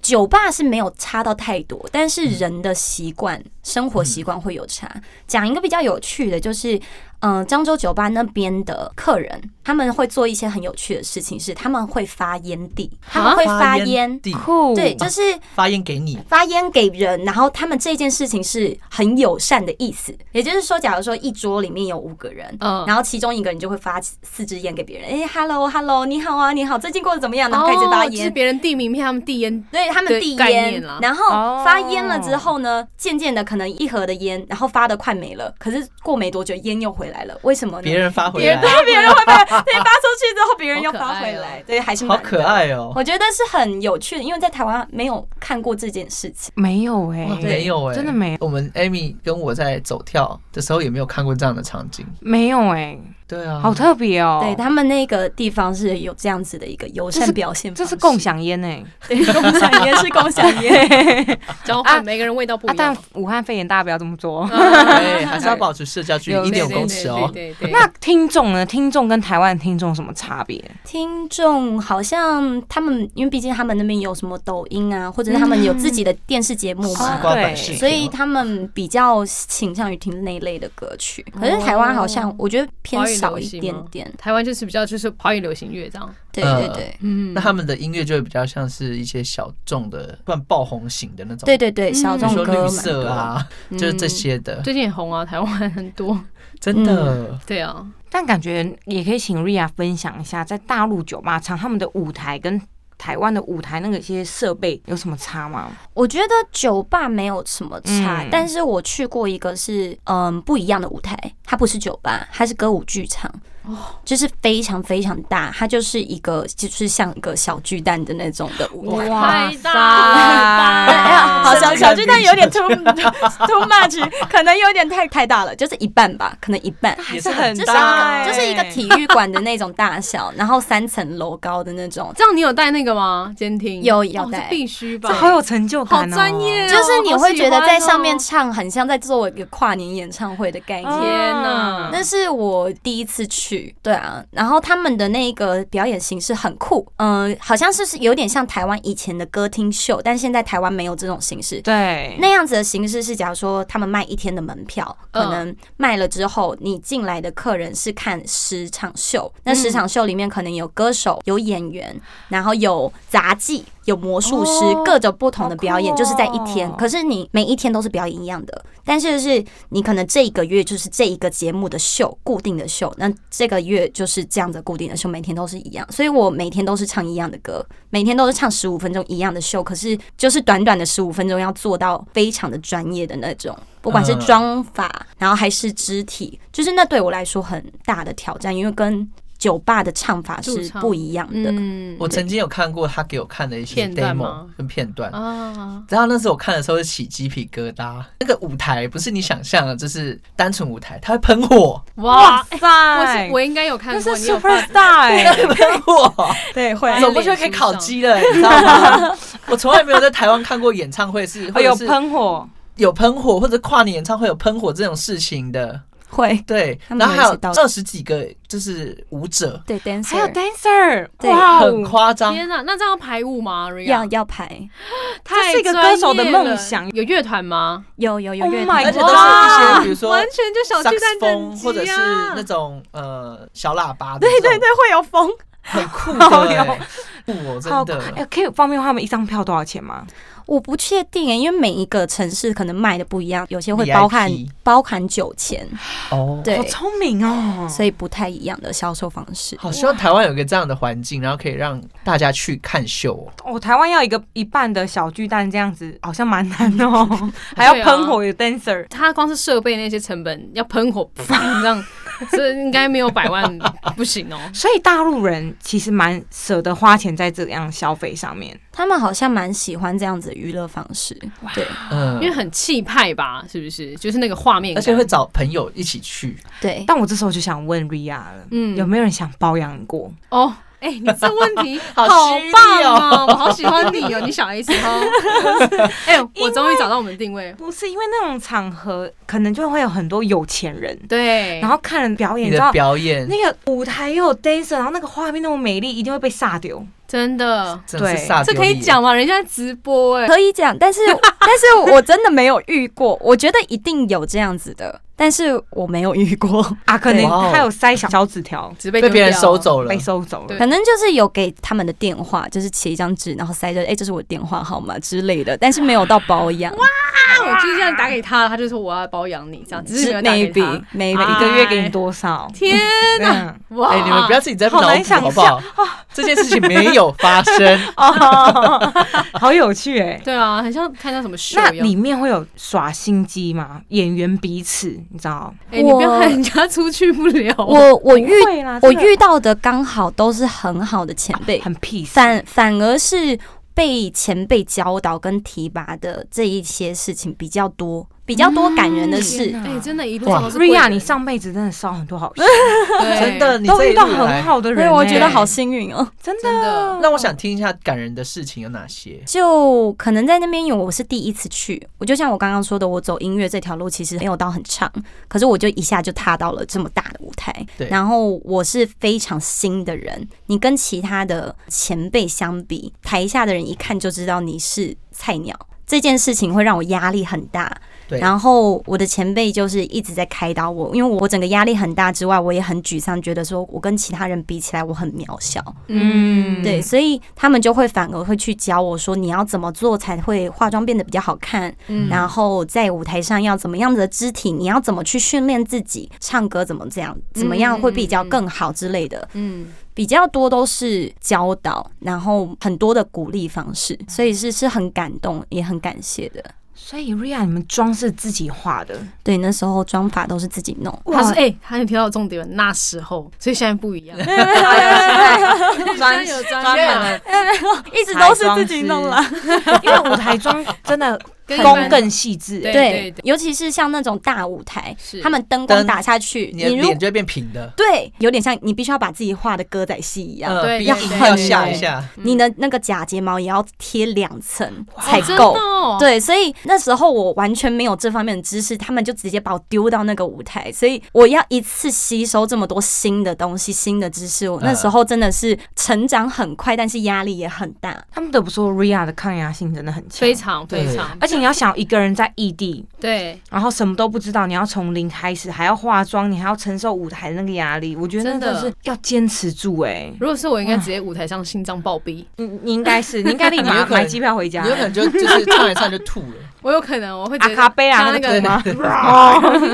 Speaker 5: 酒吧是没有差到太多，但是人的习惯、生活习惯会有差。讲一个比较有趣的，就是，嗯、漳州酒吧那边的客人，他们会做一些很有趣的事情，是他们会发烟蒂，他们会发烟，
Speaker 4: 地
Speaker 1: 酷
Speaker 3: 嗯
Speaker 5: 对，就是
Speaker 4: 发烟给你，
Speaker 5: 发烟给人，然后他们这件事情是很友善的意思。也就是说，假如说一桌里面有五个人，
Speaker 3: 嗯
Speaker 5: 然后其中一个人就会发四支烟给别人，哎、h e l l o hello，你好啊，你好，最近过得怎么样？然后开始发
Speaker 3: 哦就
Speaker 5: 烟
Speaker 3: 是，别人递名片，他们递烟，
Speaker 5: 对他们递
Speaker 3: 的概
Speaker 5: 烟
Speaker 3: 念哦啦，
Speaker 5: 然后
Speaker 1: 哦
Speaker 5: 发烟了之后呢，渐渐的可能一盒的烟，然后发的快没了，可是过没多久烟又回来了，为什么呢？
Speaker 4: 别人发回
Speaker 5: 别人
Speaker 4: 来，
Speaker 5: 对别人会发，对发出去之后别人又发
Speaker 3: 好
Speaker 5: 回
Speaker 3: 可爱
Speaker 5: 来
Speaker 3: 哦，
Speaker 5: 对还是
Speaker 4: 好
Speaker 5: 蛮
Speaker 4: 可。爱哦。
Speaker 5: 我觉得是很有趣的，因为在台湾没有看过这件事情。
Speaker 1: 没有哎、
Speaker 4: 哇没有哎，
Speaker 1: 真的没
Speaker 4: 我们 Amy 跟我在走跳的时候也没有看过这样的场景。
Speaker 1: 没有哎、
Speaker 4: 对啊，
Speaker 1: 好特别哦、
Speaker 5: 对他们那个地方是有这样子的一个友
Speaker 1: 这是
Speaker 5: 善表现
Speaker 1: 这
Speaker 5: 方式，
Speaker 1: 是共享烟哎、
Speaker 5: 对共享烟是共享 烟，
Speaker 3: 交
Speaker 1: 啊
Speaker 3: 换，每个人味道不
Speaker 1: 啊
Speaker 3: 一，样
Speaker 1: 但
Speaker 3: 嘛。
Speaker 1: 武汉肺炎大家不要这么做。
Speaker 4: 对，还是要保持社交距
Speaker 1: 有
Speaker 4: 离，一点
Speaker 3: 啊
Speaker 4: 五
Speaker 3: 对
Speaker 4: 公持哦。
Speaker 3: 对对对，
Speaker 1: 那听众呢？听众跟台湾听众有什么差别？
Speaker 5: 听众好像他们，因为毕竟他们那边有什么抖音啊，或者是他们有自己的电视节目
Speaker 4: 丝
Speaker 5: 嘛，
Speaker 4: 瓜
Speaker 1: 对
Speaker 4: 版视频
Speaker 5: 所以他们比较倾向于听那一类的歌曲。
Speaker 1: 哦
Speaker 5: 可是台湾好像我觉得偏少一点点。
Speaker 3: 台湾就是比较就是华语流行乐这样，
Speaker 5: 对
Speaker 4: 华语
Speaker 5: 对
Speaker 4: 流行吗
Speaker 5: 对，
Speaker 3: 嗯，
Speaker 4: 那他们的音乐就会比较像是一些小众的，算爆红型的那种，
Speaker 5: 对，对
Speaker 1: 嗯
Speaker 5: 对，小
Speaker 4: 比
Speaker 5: 众
Speaker 4: 如说
Speaker 5: 歌
Speaker 4: 绿
Speaker 5: 嘛。
Speaker 4: 色啊，就是这些的，
Speaker 3: 最近也红啊，台湾很多，
Speaker 4: 真的。
Speaker 3: 对啊，
Speaker 1: 但感觉也可以请 Ria 分享一下，在大陆酒吧唱他们的舞台跟台湾的舞台那个一些设备有什么差吗？
Speaker 5: 我觉得酒吧没有什么差，
Speaker 1: 嗯
Speaker 5: 但是我去过一个是嗯不一样的舞台，它不是酒吧，它是歌舞剧场，就是非常非常大，它就是一个就是像一个小巨蛋的那种的舞台。
Speaker 3: 哇塞
Speaker 5: 哎呀，好
Speaker 4: 像
Speaker 5: 小小巨蛋有点 too too much，可能有点太太大了，就是一半吧，可能一半。
Speaker 1: 还是很
Speaker 5: 就是一
Speaker 1: 大
Speaker 5: 个
Speaker 1: 欸，
Speaker 5: 就是一个体育馆的那种大小，然后三层楼高的那种，
Speaker 3: 这样你有带那个吗？监听
Speaker 5: 有有
Speaker 3: 哦
Speaker 5: 带
Speaker 3: 这必须吧，
Speaker 1: 这好有成就
Speaker 3: 好
Speaker 1: 感哦，
Speaker 3: 专业哦，
Speaker 5: 就是你会觉得在上面
Speaker 3: 好喜哦
Speaker 5: 唱，很像在做一个跨年演唱会的概念。
Speaker 3: 欢哦天
Speaker 1: 嗯
Speaker 3: 哪，
Speaker 5: 那是我第一次去，对啊，然后他们的那个表演形式很酷，嗯、好像是是有点像台湾以前的歌厅秀，但现在台湾没有这种形式。
Speaker 1: 对，
Speaker 5: 那样子的形式是，假如说他们卖一天的门票，
Speaker 3: 嗯
Speaker 5: 可能卖了之后，你进来的客人是看十场秀，那十场秀里面可能有歌手、有演员，然后有杂技、有魔术师，
Speaker 3: 哦
Speaker 5: 各种不同的表演，
Speaker 1: 好酷哦
Speaker 5: 就是在一天。可是你每一天都是表演一样的，但是是你可能这一个月就是这一个节目的秀，固定的秀，那这个月就是这样子固定的秀，每天都是一样，所以我每天都是唱一样的歌，每天都是唱十五分钟一样的秀，可是就是短短的十五分钟要做到非常的专业的那种，不管是
Speaker 4: 嗯
Speaker 5: 妆法，然后还是肢体，就是那对我来说很大的挑战，因为跟酒吧的唱法
Speaker 3: 驻
Speaker 5: 是
Speaker 3: 唱
Speaker 5: 不一样的。
Speaker 3: 嗯
Speaker 4: 我曾经有看过他给我看的一些
Speaker 3: 片段
Speaker 4: demo
Speaker 3: 吗
Speaker 4: 跟片段，
Speaker 3: 啊，
Speaker 4: 然后那时候我看的时候是起鸡皮疙瘩。那个舞台不是你想象的，就是单纯舞台，它会喷火，
Speaker 3: 哇，哎我
Speaker 1: 塞
Speaker 3: 是我应该有看
Speaker 1: 那
Speaker 3: 过，
Speaker 1: 是
Speaker 3: 你有发
Speaker 1: super star，欸
Speaker 4: 喷火，
Speaker 1: 对，会
Speaker 3: 在
Speaker 4: 走过去
Speaker 3: 脸
Speaker 4: 可以
Speaker 3: 书
Speaker 4: 烤
Speaker 3: 上
Speaker 4: 鸡了，你知道吗？ 我从来没有在台湾看过演唱会 是，或
Speaker 1: 会
Speaker 4: 者
Speaker 1: 有
Speaker 4: 是
Speaker 1: 喷火，
Speaker 4: 有喷火，或者跨年演唱会有喷火这种事情的。
Speaker 5: 会
Speaker 4: 对，
Speaker 5: 他
Speaker 4: 然
Speaker 5: 们
Speaker 4: 后还有
Speaker 5: 有一些道具
Speaker 4: 二十几个就是舞者，
Speaker 5: 对 dancer，
Speaker 1: 还有 dancer，
Speaker 5: 对
Speaker 1: 哇
Speaker 4: 很
Speaker 1: 哦，
Speaker 4: 夸 张。
Speaker 3: 天哪，那这样排舞吗？Ria？
Speaker 5: 要要排，
Speaker 3: 太
Speaker 1: 这是一个
Speaker 3: 专业
Speaker 1: 歌手的
Speaker 3: 了
Speaker 1: 梦想
Speaker 3: 有乐团吗？
Speaker 5: 有有有
Speaker 1: Oh
Speaker 5: 乐
Speaker 1: my
Speaker 5: 团
Speaker 4: 而且都是一
Speaker 1: 哇
Speaker 4: 些比如说
Speaker 1: 完全就小
Speaker 4: 萨克
Speaker 1: 巨
Speaker 4: 斯
Speaker 1: 蛋
Speaker 4: 风
Speaker 1: 等
Speaker 4: 或者
Speaker 1: 级
Speaker 4: 是
Speaker 1: 啊
Speaker 4: 那，种呃小喇叭的，
Speaker 1: 对对对，，会有风，
Speaker 4: 很酷
Speaker 1: 好
Speaker 4: 的
Speaker 1: 有
Speaker 4: 欸，酷哦，
Speaker 1: 好
Speaker 4: 真
Speaker 1: 哎，
Speaker 4: 的。
Speaker 1: 可以方便问他们一张票多少钱吗？
Speaker 5: 我不确定耶，因为每一个城市可能卖的不一样，有些会包含
Speaker 4: VIP
Speaker 5: 包含酒钱，
Speaker 4: 哦，
Speaker 5: 对
Speaker 1: 好，聪明哦，
Speaker 5: 所以不太一样的销售方式。
Speaker 4: 好希望台湾有一个这样的环境，然后可以让大家去看秀哦。
Speaker 1: 哦，台湾要一个一半的小巨蛋这样子，好像蛮难的哦，还要
Speaker 3: 对啊
Speaker 1: 喷火有 dancer，
Speaker 3: 它光是设备那些成本，要喷火这样，这应该没有百万不行哦。
Speaker 1: 所以大陆人其实蛮舍得花钱在这样消费上面。
Speaker 5: 他们好像蛮喜欢这样子的娱乐方式，对
Speaker 4: 嗯
Speaker 3: 因为，很气派吧，是不是？就是那个画面感，
Speaker 4: 而且会找朋友一起去，
Speaker 5: 对。
Speaker 1: 但我这时候就想问 Ria 了，
Speaker 3: 嗯
Speaker 1: 有没有人想包养你过？
Speaker 3: 哦。哎、你这问题
Speaker 4: 好犀利
Speaker 3: 棒
Speaker 4: 哦
Speaker 3: 哦！我好喜欢你哦，你小 S 哦。哎、我终于找到我们的定位，
Speaker 1: 不是因为那种场合，可能就会有很多有钱人，
Speaker 3: 对。
Speaker 1: 然后看人表演，
Speaker 4: 你
Speaker 1: 你知
Speaker 4: 的
Speaker 1: 道
Speaker 4: 表演
Speaker 1: 那个舞台又有 dancer，然后那个画面那么美丽，一定会被煞丢。
Speaker 3: 真的，
Speaker 4: 真的是
Speaker 1: 对
Speaker 4: 萨
Speaker 3: 这
Speaker 4: 丢
Speaker 3: 可以
Speaker 4: 力
Speaker 3: 讲吗？人家在直播哎、
Speaker 5: 可以讲，但是 但是我真的没有遇过，我觉得一定有这样子的，但是我没有遇过，
Speaker 1: 啊，可能
Speaker 4: 对哇哦
Speaker 1: 他有塞小小纸条
Speaker 3: 只被
Speaker 4: 被
Speaker 3: 丢
Speaker 4: 别人
Speaker 3: 掉
Speaker 4: 收，走了
Speaker 1: 被，收走了
Speaker 3: 对。
Speaker 5: 可能就是有给他们的电话，就是写一张纸，然后塞着，哎、这是我电话号码之类的，但是没有到包养，
Speaker 3: 那啊我就是这样打给他，他就说我要包养你这样，只是没有打给他啊
Speaker 5: maybe。maybe，、
Speaker 1: 一个月给你多少？
Speaker 3: 天 哪，
Speaker 1: 哪！
Speaker 3: 哇！
Speaker 4: 哎，你们不要自己在
Speaker 1: 好
Speaker 4: 脑
Speaker 1: 难
Speaker 4: 补
Speaker 1: 想
Speaker 4: 好不好？这件事情没有发生，
Speaker 1: 哦， 好有趣哎、
Speaker 3: 对啊，很像看到什么秀
Speaker 1: 那
Speaker 3: 一样。
Speaker 1: 里面会有耍心机吗？演员彼此，你知道？
Speaker 3: 哎、你不要
Speaker 5: 我
Speaker 3: 害人家出去不了。
Speaker 5: 我我遇
Speaker 1: 不会啦，
Speaker 5: 我
Speaker 1: 这个
Speaker 5: 遇到的刚好都是很好的前辈，
Speaker 1: 很 peace，
Speaker 5: 反反而是被前辈教导跟提拔的这一些事情比较多。比较多感人的事。
Speaker 3: 哎、真的，一路
Speaker 4: 哇
Speaker 3: 上都是贵
Speaker 1: Ria，
Speaker 3: 人
Speaker 1: 你上辈子真的烧很多好事，
Speaker 3: 对
Speaker 4: 真的，你
Speaker 1: 都
Speaker 4: 这一
Speaker 1: 遇到
Speaker 4: 路
Speaker 1: 很
Speaker 4: 来，
Speaker 1: 好的嗯
Speaker 5: 所以
Speaker 1: 人、欸
Speaker 5: 我觉得好，幸运哦。
Speaker 1: 真
Speaker 3: 真的
Speaker 1: 的。哦
Speaker 4: 那我想听一下感人的事情有哪些？
Speaker 5: 就可能在那边有，我是第一次去。我就像我刚刚说的，我走音乐这条路其实没有到很长，可是我就一下就踏到了这么大的舞台。
Speaker 4: 对
Speaker 5: 然后我是非常新的人，你跟其他的前辈相比，台下的人一看就知道你是菜鸟。这件事情会让我压力很大，
Speaker 4: 对
Speaker 5: 然后我的前辈就是一直在开导我，因为我整个压力很大之外，我也很沮丧，觉得说我跟其他人比起来我很渺小。
Speaker 3: 嗯，
Speaker 5: 对，所以他们就会反而会去教我说，你要怎么做才会化妆变得比较好看，
Speaker 3: 嗯
Speaker 5: 然后在舞台上要怎么样子的肢体，你要怎么去训练自己，唱歌怎么这样，怎么样会比较更好之类的，
Speaker 3: 嗯，
Speaker 5: 比较多都是教导，然后很多的鼓励方式，所以是是很感动，也很感谢的。
Speaker 1: 所以 Ria，你们妆是自己画的，
Speaker 5: 对，那时候妆法都是自己弄，
Speaker 3: 他是哎、他有提到重点，那时候，所以现在不一样，
Speaker 1: 专
Speaker 3: 有专
Speaker 1: 专门的
Speaker 5: 一直
Speaker 1: 都是自己弄啦
Speaker 5: 了。
Speaker 1: 因为舞台妆真的
Speaker 3: 跟一
Speaker 1: 工
Speaker 3: 般
Speaker 1: 更细致、
Speaker 3: 对
Speaker 5: 对，尤其是像那种大舞台，
Speaker 3: 是
Speaker 5: 他们灯
Speaker 4: 灯
Speaker 5: 光打下去，
Speaker 4: 你的
Speaker 5: 你如
Speaker 4: 脸就会变平的，
Speaker 5: 对，有点像你必须要把自己画的歌仔戏一样，
Speaker 4: 呃，
Speaker 3: 对
Speaker 4: 鼻
Speaker 5: 要
Speaker 4: 影
Speaker 5: 很
Speaker 4: 要下一
Speaker 5: 美
Speaker 4: 下，
Speaker 5: 你的那个假睫毛也要贴两层才
Speaker 3: 真的
Speaker 5: 够。
Speaker 3: 哦、
Speaker 5: 对，所以那时候我完全没有这方面的知识，他们就直接把我丢到那个舞台，所以我要一次吸收这么多新的东西、新的知识。我那时候真的是成长很快，但是压力也很大。
Speaker 1: 他们都不说 Ria 的抗压性真的很强
Speaker 3: 非，常
Speaker 4: 对
Speaker 3: 非常
Speaker 1: 而且你要想一个人在异地，
Speaker 3: 对，
Speaker 1: 然后什么都不知道，你要从零开始，还要化妆，你还要承受舞台的那个压力，我觉得那
Speaker 3: 真的
Speaker 1: 真的是要坚持住哎、
Speaker 3: 如果是我，应该直接舞台上心脏暴毙，
Speaker 1: 你你应该是，你应该立
Speaker 4: 你有
Speaker 1: 马
Speaker 4: 可能
Speaker 1: 买机票回家
Speaker 4: 你。有可能就就是唱一唱就吐了。
Speaker 3: 我有可能我会
Speaker 1: 阿
Speaker 3: 直接
Speaker 1: 卡贝拉那
Speaker 3: 像
Speaker 1: 个
Speaker 3: 那
Speaker 1: 图
Speaker 3: 个
Speaker 1: 吗？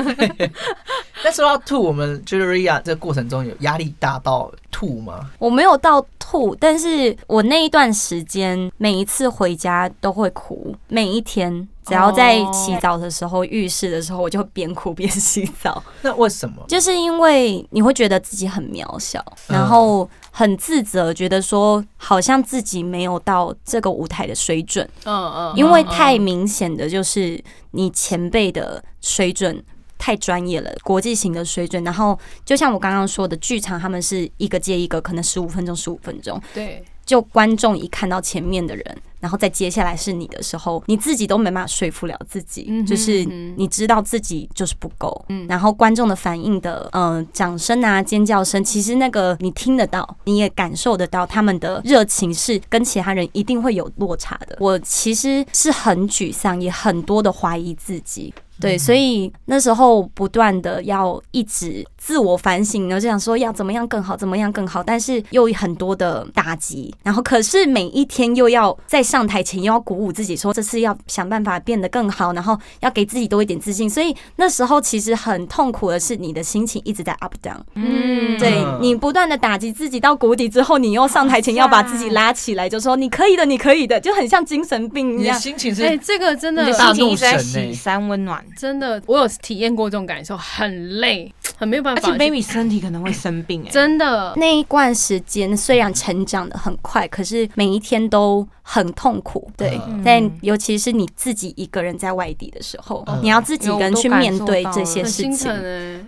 Speaker 4: 那说到吐，我们就是 Ria 这过程中有压力大到吐吗？
Speaker 5: 我没有到吐，但是我那一段时间每一次回家都会哭，每一天只要在
Speaker 3: 哦
Speaker 5: 洗澡的时候、浴室的时候，我就边哭边洗澡。
Speaker 4: 那为什么？
Speaker 5: 就是因为你会觉得自己很渺小，
Speaker 4: 嗯
Speaker 5: 然后很自责，觉得说好像自己没有到这个舞台的水准，
Speaker 3: 嗯嗯，
Speaker 5: 因为
Speaker 3: 嗯
Speaker 5: 太明显的就是你前辈的水准。太专业了，国际型的水准。然后就像我刚刚说的，剧场他们是一个接一个，可能十五分钟、十五分钟，
Speaker 3: 对，
Speaker 5: 就观众一看到前面的人，然后再接下来是你的时候，你自己都没办法说服了自己，
Speaker 3: 嗯哼
Speaker 5: 就是
Speaker 3: 嗯哼
Speaker 5: 你知道自己就是不够。
Speaker 3: 嗯
Speaker 5: 然后观众的反应的，嗯、掌声啊、尖叫声，其实那个你听得到，你也感受得到，他们的热情是跟其他人一定会有落差的。我其实是很沮丧，也很多的怀疑自己。对，嗯所以那时候不断的要一直自我反省，然后就想说要怎么样更好，怎么样更好，但是又有很多的打击，然后可是每一天又要在上台前又要鼓舞自己，说这次要想办法变得更好，然后要给自己多一点自信。所以那时候其实很痛苦的是，你的心情一直在 up down，
Speaker 3: 嗯
Speaker 5: 对
Speaker 4: 嗯
Speaker 5: 你不断的打击自己到谷底之后，你又上台前要把自己拉起来，就说你可以的，你可以的，就很像精神病一
Speaker 4: 你的
Speaker 5: 样。
Speaker 4: 心情
Speaker 3: 哎、
Speaker 4: 是
Speaker 3: 这个真
Speaker 1: 你
Speaker 3: 的
Speaker 1: 的
Speaker 4: 大
Speaker 1: 心情一直在
Speaker 4: 怒神欸
Speaker 1: 洗三温暖，
Speaker 3: 真的，我有体验过这种感受，很累，很没有办
Speaker 1: 而
Speaker 3: 法
Speaker 1: 且
Speaker 3: 去，
Speaker 1: baby 身体可能会生病哎、
Speaker 3: 真的，
Speaker 5: 那一段时间虽然成长的很快，可是每一天都很痛苦。对，
Speaker 1: 嗯
Speaker 5: 但尤其是你自己一个人在外地的时候，
Speaker 4: 嗯
Speaker 5: 你要自己一个人去面对这些
Speaker 3: 很
Speaker 5: 事
Speaker 3: 心
Speaker 5: 情
Speaker 3: 疼。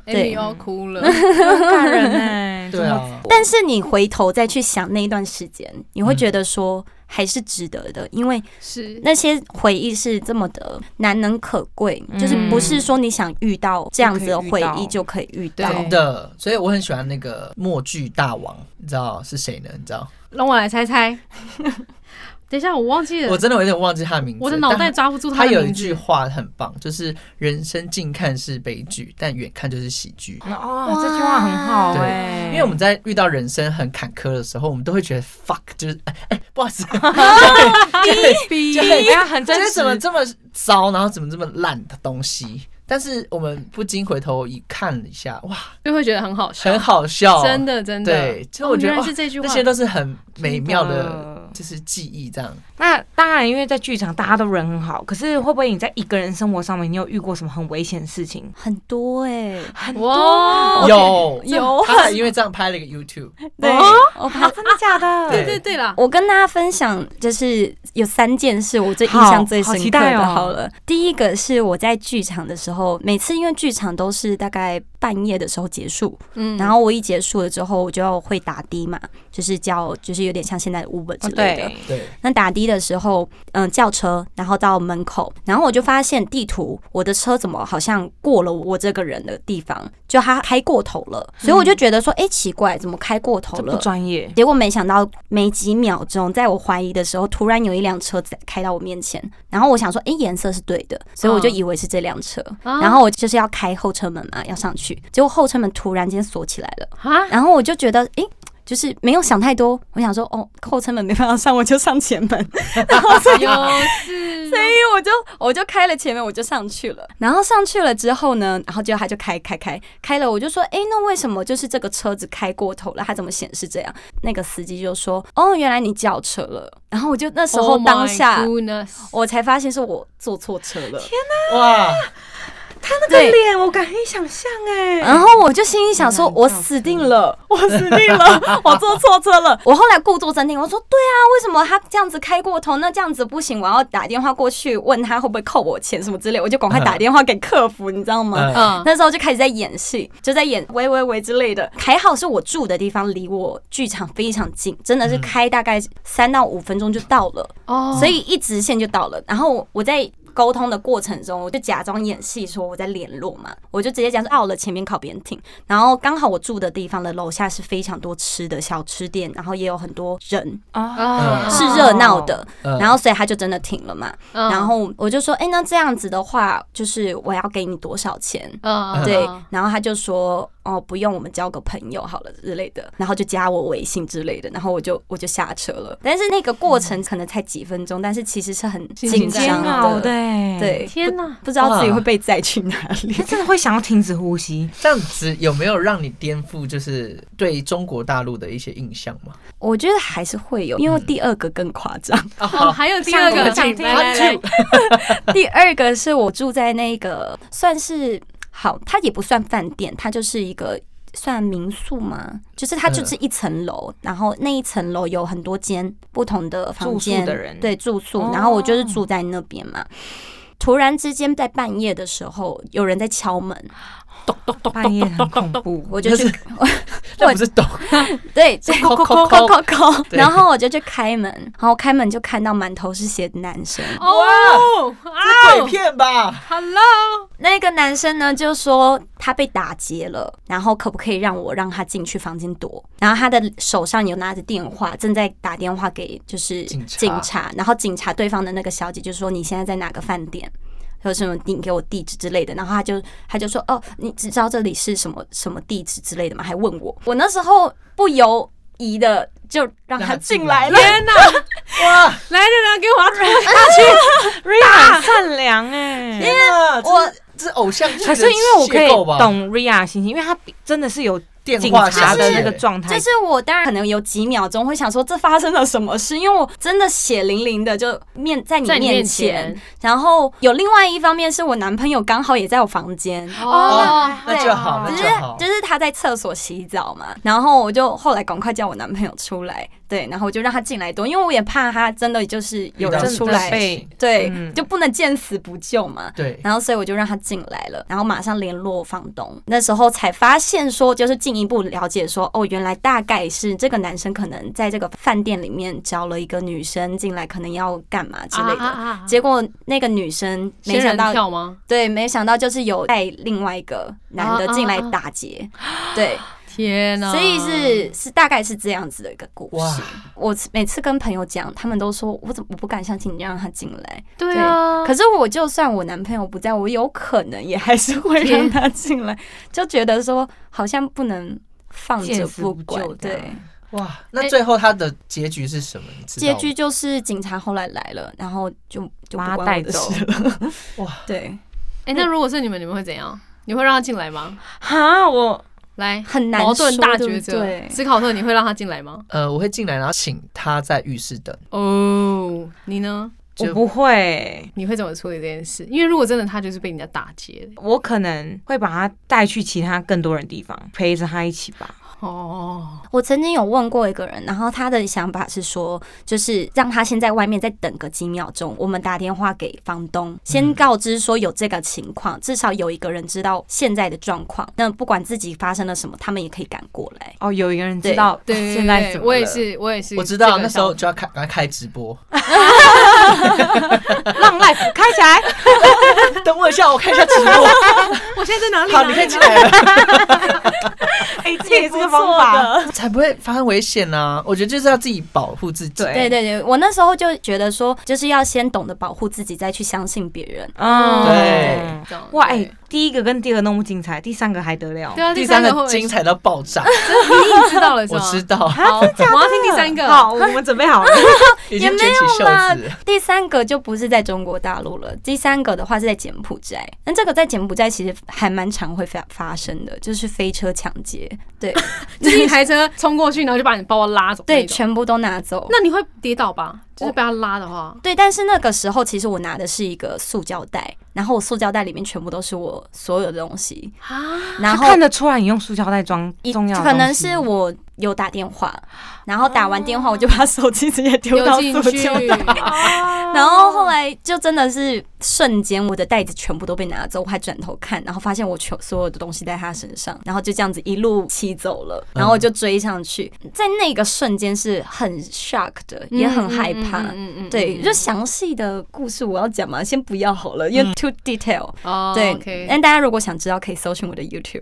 Speaker 3: 哎、欸，
Speaker 5: 对
Speaker 3: 又要哭了，
Speaker 1: 很感人哎、
Speaker 4: 对啊，
Speaker 5: 但是你回头再去想那一段时间，你会觉得说还是值得的，因为
Speaker 3: 是，
Speaker 5: 那些回忆是这么的难能可贵，
Speaker 3: 嗯
Speaker 5: 就是不是说你想遇到这样子的回忆就可以遇到。
Speaker 3: 对
Speaker 4: 真的，所以我很喜欢那个默剧大王，你知道是谁呢？你知道？
Speaker 3: 让我来猜猜， 等一下我忘记了
Speaker 4: 我，真的有点忘记他的名字，
Speaker 3: 我的脑袋
Speaker 4: 但
Speaker 3: 抓不住
Speaker 4: 他
Speaker 3: 的
Speaker 4: 有一
Speaker 3: 名
Speaker 4: 句
Speaker 3: 字，
Speaker 4: 话很棒，就是人生近看是悲剧，但远看就是喜剧。
Speaker 1: 哦，这句话很好
Speaker 4: 对
Speaker 1: 哎、
Speaker 4: 因为我 们在遇到人生很坎坷的时候，我们都会觉得 fuck，就是哎、哎不好 意思，
Speaker 3: 逼
Speaker 1: 对，不要很
Speaker 4: 这
Speaker 1: 真
Speaker 4: 是
Speaker 1: 实
Speaker 4: 怎，么这么糟，然后怎么这么烂的东西？但是我们不禁回头一看一下，哇，
Speaker 3: 就会觉得很好笑，
Speaker 4: 很好笑，哦
Speaker 3: 真的真的，
Speaker 4: 对，就我
Speaker 3: 哦
Speaker 4: 觉得、
Speaker 3: 原来
Speaker 4: 哇
Speaker 3: 是这句话，
Speaker 4: 那些都是很美妙的就是记忆这样。
Speaker 1: 那当然，因为在剧场大家都人很好，可是会不会你在一个人生活上面，你有遇过什么很危险的事情？
Speaker 5: 很多哎、
Speaker 1: 很
Speaker 3: 哇，
Speaker 4: 有
Speaker 3: 哦
Speaker 5: 有
Speaker 4: 他因为这样拍了一个 YouTube，
Speaker 5: 对，我 怕
Speaker 1: 啊，真的假 的？
Speaker 3: 对对对啦，
Speaker 5: 我跟大家分享，就是有三件事我最印象最深刻
Speaker 1: 好好期待
Speaker 5: 的。
Speaker 1: 哦
Speaker 5: 好了，第一个是我在剧场的时候，每次因为剧场都是大概半夜的时候结束，
Speaker 3: 嗯
Speaker 5: 然后我一结束了之后，我就会打的嘛，就是叫，就是有点像现在的 Uber 之
Speaker 1: 哦
Speaker 5: 类的。
Speaker 1: 对，
Speaker 4: 对，
Speaker 5: 那打的的时候，嗯，叫车，然后到门口，然后我就发现地图，我的车怎么好像过了我这个人的地方，就他开过头了，所以我就觉得说，哎、奇怪，怎么开过头
Speaker 1: 嗯这不
Speaker 5: 了？
Speaker 1: 专业。
Speaker 5: 结果没想到没几秒钟，在我怀疑的时候，突然有一辆车子开到我面前，然后我想说，哎、颜色是对的，所以我就以为是这辆车，
Speaker 3: 啊
Speaker 5: 然后我就是要开后车门嘛，要上去，结果后车门突然间锁起来了，
Speaker 3: 啊，
Speaker 5: 然后我就觉得，哎、就是没有想太多，我想说，哦，后车门没办法上，我就上前门，
Speaker 3: 有是
Speaker 5: 所以我就我就开了前面，我就上去了。然后上去了之后呢，然后就他就开开开开了，我就说，哎、那为什么就是这个车子开过头了？它怎么显示这样？那个司机就说，哦，原来你叫车了。然后我就那时候
Speaker 3: Oh my
Speaker 5: 当下。
Speaker 3: goodness
Speaker 5: 我才发现是我坐错车了，
Speaker 4: 哇，
Speaker 1: 他那
Speaker 5: 对
Speaker 1: 个脸，我敢以想象哎、
Speaker 5: 然后我就心里想说，我死定了， 我死定了，我坐错车了。我后来故作镇定，我说对啊，为什么他这样子开过头？那这样子不行，我要打电话过去问他会不会扣我钱什么之类，我就赶快打电话给客服，你知道吗？
Speaker 4: 嗯
Speaker 3: 嗯，
Speaker 5: 那时候就开始在演戏，就在演喂喂喂之类的。还好是我住的地方离我剧场非常近，真的是开大概三到五分钟就到了，
Speaker 3: 哦，
Speaker 5: 所以一直线就到了。然后我在。沟通的过程中，我就假装演戏，说我在联络嘛，我就直接讲说啊，我的前面靠边停。然后刚好我住的地方的楼下是非常多吃的小吃店，然后也有很多人，
Speaker 3: 哦
Speaker 1: 啊，
Speaker 5: 是热闹的。
Speaker 4: 嗯
Speaker 5: 然后所以他就真的停了嘛。
Speaker 3: 嗯
Speaker 5: 然后我就说，哎、那这样子的话，就是我要给你多少钱？
Speaker 3: 嗯，
Speaker 5: 对
Speaker 3: 嗯，
Speaker 5: 然后他就说哦，不用，我们交个朋友好了之类的，然后就加我微信之类的，然后我就我就下车了。但是那个过程可能才几分钟，但是其实是很
Speaker 1: 哦
Speaker 5: 紧
Speaker 1: 煎
Speaker 5: 张
Speaker 1: 熬的
Speaker 5: 的，
Speaker 1: 哎、
Speaker 5: 对，
Speaker 3: 嗯天
Speaker 5: 不
Speaker 3: 哪，
Speaker 5: 不知道自己会被载去哪里
Speaker 1: 那。真的会想要停止呼吸。
Speaker 4: 这样子有没有让你颠覆就是对中国大陆的一些印象吗？
Speaker 5: 我觉得还是会有，因为第二个更夸张。
Speaker 3: 哦，还有第二
Speaker 1: 上
Speaker 3: 个
Speaker 1: 头上头
Speaker 3: 来来来，
Speaker 5: 第二个是我住在那个算是好，它也不算饭店，它就是一个。算民宿吗？就是它就是一层楼，
Speaker 1: 嗯
Speaker 5: 然后那一层楼有很多间不同的房
Speaker 1: 住
Speaker 5: 间
Speaker 1: 宿的人
Speaker 5: 对住宿
Speaker 1: 哦，
Speaker 5: 然后我就是住在那边嘛。突然之间，在半夜的时候，有人在敲门，
Speaker 1: 半夜很恐怖，
Speaker 5: 我 就去，
Speaker 4: 那不是懂
Speaker 5: 对，就
Speaker 4: 扣
Speaker 5: 扣
Speaker 4: 扣
Speaker 5: 扣
Speaker 4: 扣扣
Speaker 5: 扣扣扣，
Speaker 4: 对
Speaker 5: 然后我就去开门，然后开门就看到满头是血的男生，
Speaker 3: 哦，啊
Speaker 4: 鬼片吧？
Speaker 3: ，Hello，
Speaker 5: 那个男生呢，就说他被打劫了，然后可不可以让我让他进去房间躲？然后他的手上有拿着电话，正在打电话给就是
Speaker 4: 警察
Speaker 5: 然后警察对方的那个小姐就说你现在在哪个饭店？有什么你给我地址之类的，然后他就他就说哦，你只知道这里是什么什么地址之类的吗？还问我，我那时候不犹疑的就
Speaker 4: 让
Speaker 5: 让
Speaker 4: 他
Speaker 5: 他
Speaker 4: 进
Speaker 5: 进
Speaker 4: 来
Speaker 5: 来了，
Speaker 3: 天哪，
Speaker 4: 哇，
Speaker 3: 来人啊，给 我打
Speaker 1: ，Ria 很善良哎、
Speaker 4: 天哪，
Speaker 5: 我
Speaker 4: 这这是偶像剧的
Speaker 1: 可是因为我可以
Speaker 4: 邂逅吧
Speaker 1: 懂 Ria 的心情，因为他真的是有
Speaker 4: 电
Speaker 1: 警
Speaker 4: 话
Speaker 1: 察的
Speaker 4: 小姐
Speaker 1: 那个状态，
Speaker 5: 就是我当然可能有几秒钟会想说这发生了什么事，因为我真的血淋淋的就面在你
Speaker 3: 在你面
Speaker 5: 面
Speaker 3: 前
Speaker 5: 前。然后有另外一方面是我男朋友刚好也在我房间，
Speaker 3: 哦，
Speaker 4: 那就好，
Speaker 5: 只
Speaker 4: 那
Speaker 5: 是
Speaker 4: 就好
Speaker 5: 就。是他在厕所洗澡嘛，然后我就后来赶快叫我男朋友出来，对，然后我就让他进来躲，因为我也怕他真的就是有
Speaker 4: 遇到
Speaker 5: 人
Speaker 4: 这
Speaker 5: 出
Speaker 4: 种
Speaker 5: 来，
Speaker 4: 事
Speaker 1: 被
Speaker 5: 对，
Speaker 1: 嗯
Speaker 5: 就不能见死不救嘛，
Speaker 4: 对，
Speaker 5: 然后所以我就让他进来了，然后马上联络房东。那时候才发现说，就是进一步了解说，哦，原来大概是这个男生可能在这个饭店里面找了一个女生进来，可能要干嘛之类的。
Speaker 3: 的
Speaker 5: 结果那个女生
Speaker 3: 啊
Speaker 5: 没
Speaker 3: 仙
Speaker 5: 想
Speaker 3: 人
Speaker 5: 到，
Speaker 3: 跳吗？
Speaker 5: 对，没想到就是有带另外一个男的进来
Speaker 3: 啊啊啊
Speaker 5: 打劫，对，
Speaker 3: 天哪，
Speaker 5: 所以是是大概是这样子的一个故
Speaker 4: 哇
Speaker 5: 事。我每次跟朋友讲，他们都说我怎么我不敢相信你让他进来，
Speaker 3: 对啊，
Speaker 5: 可是我就算我男朋友不在，我有可能也还是会让他进来，就觉得说好像不能放着
Speaker 1: 见死
Speaker 5: 不
Speaker 1: 不
Speaker 5: 管
Speaker 1: 救。
Speaker 5: 对，
Speaker 4: 哇，那
Speaker 3: 哎
Speaker 4: 最后他的结局是什么？你知道
Speaker 5: 结
Speaker 4: 吗
Speaker 5: 局就是警察后来来了，然后就就
Speaker 1: 把
Speaker 5: 不
Speaker 1: 他
Speaker 5: 关
Speaker 1: 带
Speaker 5: 我的
Speaker 1: 走
Speaker 5: 事了。
Speaker 4: 哇，
Speaker 5: 对，
Speaker 3: 哎，那如果是你们，你们会怎样？你会让他进来吗？
Speaker 1: 哈，我
Speaker 3: 来，
Speaker 5: 很难
Speaker 3: 矛盾大
Speaker 5: 说
Speaker 3: 抉
Speaker 5: 对不
Speaker 3: 择
Speaker 5: 对，
Speaker 3: 斯考特，你会让他进来吗？
Speaker 4: 呃，我会进来，然后请他在浴室等。
Speaker 3: 哦，你呢？
Speaker 4: 就
Speaker 1: 我不会，
Speaker 3: 你会怎么处理这件事？因为如果真的他就是被人家打劫的，
Speaker 1: 我可能会把他带去其他更多人地方，陪着他一起吧。
Speaker 3: 哦，
Speaker 5: 我曾经有问过一个人，然后他的想法是说，就是让他先在外面再等个几秒钟，我们打电话给房东，
Speaker 4: 嗯
Speaker 5: 先告知说有这个情况，至少有一个人知道现在的状况。那不管自己发生了什么，他们也可以赶过来。
Speaker 1: 哦，有一个人知道
Speaker 3: 对对对，
Speaker 1: 现在怎么了
Speaker 3: 我也是，我也是，
Speaker 4: 我知道那时候就要开，赶快开直播。
Speaker 1: 让 life 开起来，
Speaker 4: 等我一下，我看一下直播。
Speaker 3: 我现在在哪啊
Speaker 4: 好，你可以进来了，
Speaker 1: 哎，这也是个方法。
Speaker 4: 才不会发生危险呢、我觉得就是要自己保护自己。
Speaker 1: 对
Speaker 5: 对对对，我那时候就觉得说，就是要先懂得保护自己，再去相信别人。
Speaker 3: 哦
Speaker 1: 嗯，
Speaker 4: 对
Speaker 3: 了
Speaker 1: 哇，哎，第一个跟第二弄不精彩，第三个还得了
Speaker 3: 对？啊，
Speaker 4: 第
Speaker 3: 三
Speaker 4: 三
Speaker 3: 会不
Speaker 4: 个
Speaker 3: 会
Speaker 4: 精，彩到爆炸，
Speaker 3: 你已经知道了是
Speaker 4: 我
Speaker 3: 吗？
Speaker 4: 知道，
Speaker 3: 好，我要听第三个。
Speaker 1: 好，我们准备好了。
Speaker 4: 已经卷起袖
Speaker 5: 啦
Speaker 4: 子。
Speaker 5: 第三个就不是在中国大陆了，第三个的话是在柬埔寨。那这个在柬埔寨其实还蛮常会发发生的，就是飞车抢劫，对
Speaker 3: 就是一台车冲过去，然后就把你包包拉走。
Speaker 5: 对，，全部都拿走。
Speaker 3: 那你会跌倒吧？就是被他拉的话，
Speaker 5: 对，但是那个时候其实我拿的是一个塑胶袋，然后我塑胶袋里面全部都是我所有的东西，
Speaker 3: 啊，
Speaker 5: 然
Speaker 1: 他
Speaker 5: 后
Speaker 1: 看得出来你用塑胶袋装
Speaker 5: 一
Speaker 1: 重要的
Speaker 5: 可能
Speaker 1: 东西
Speaker 5: 是 我有打电话，然后打完电话我就把手机直接丢
Speaker 3: 丢
Speaker 5: 到
Speaker 3: 进
Speaker 5: 塑
Speaker 3: 去
Speaker 5: 胶袋。然后
Speaker 3: 哦
Speaker 5: 后来就真的是瞬间，我的袋子全部都被拿走，我还转头看，然后发现我全所有的东西在他身上，然后就这样子一路骑走了，然后
Speaker 3: 嗯
Speaker 5: 我就追上去，在那个瞬间是很 shock 的，也很害怕。
Speaker 3: 嗯嗯
Speaker 5: 对，就详细的故事我要讲嘛，先不要好了，因为 too detail、
Speaker 3: 嗯哦，
Speaker 5: 对
Speaker 3: OK
Speaker 5: 但大家如果想知道，可以搜寻我的 YouTube。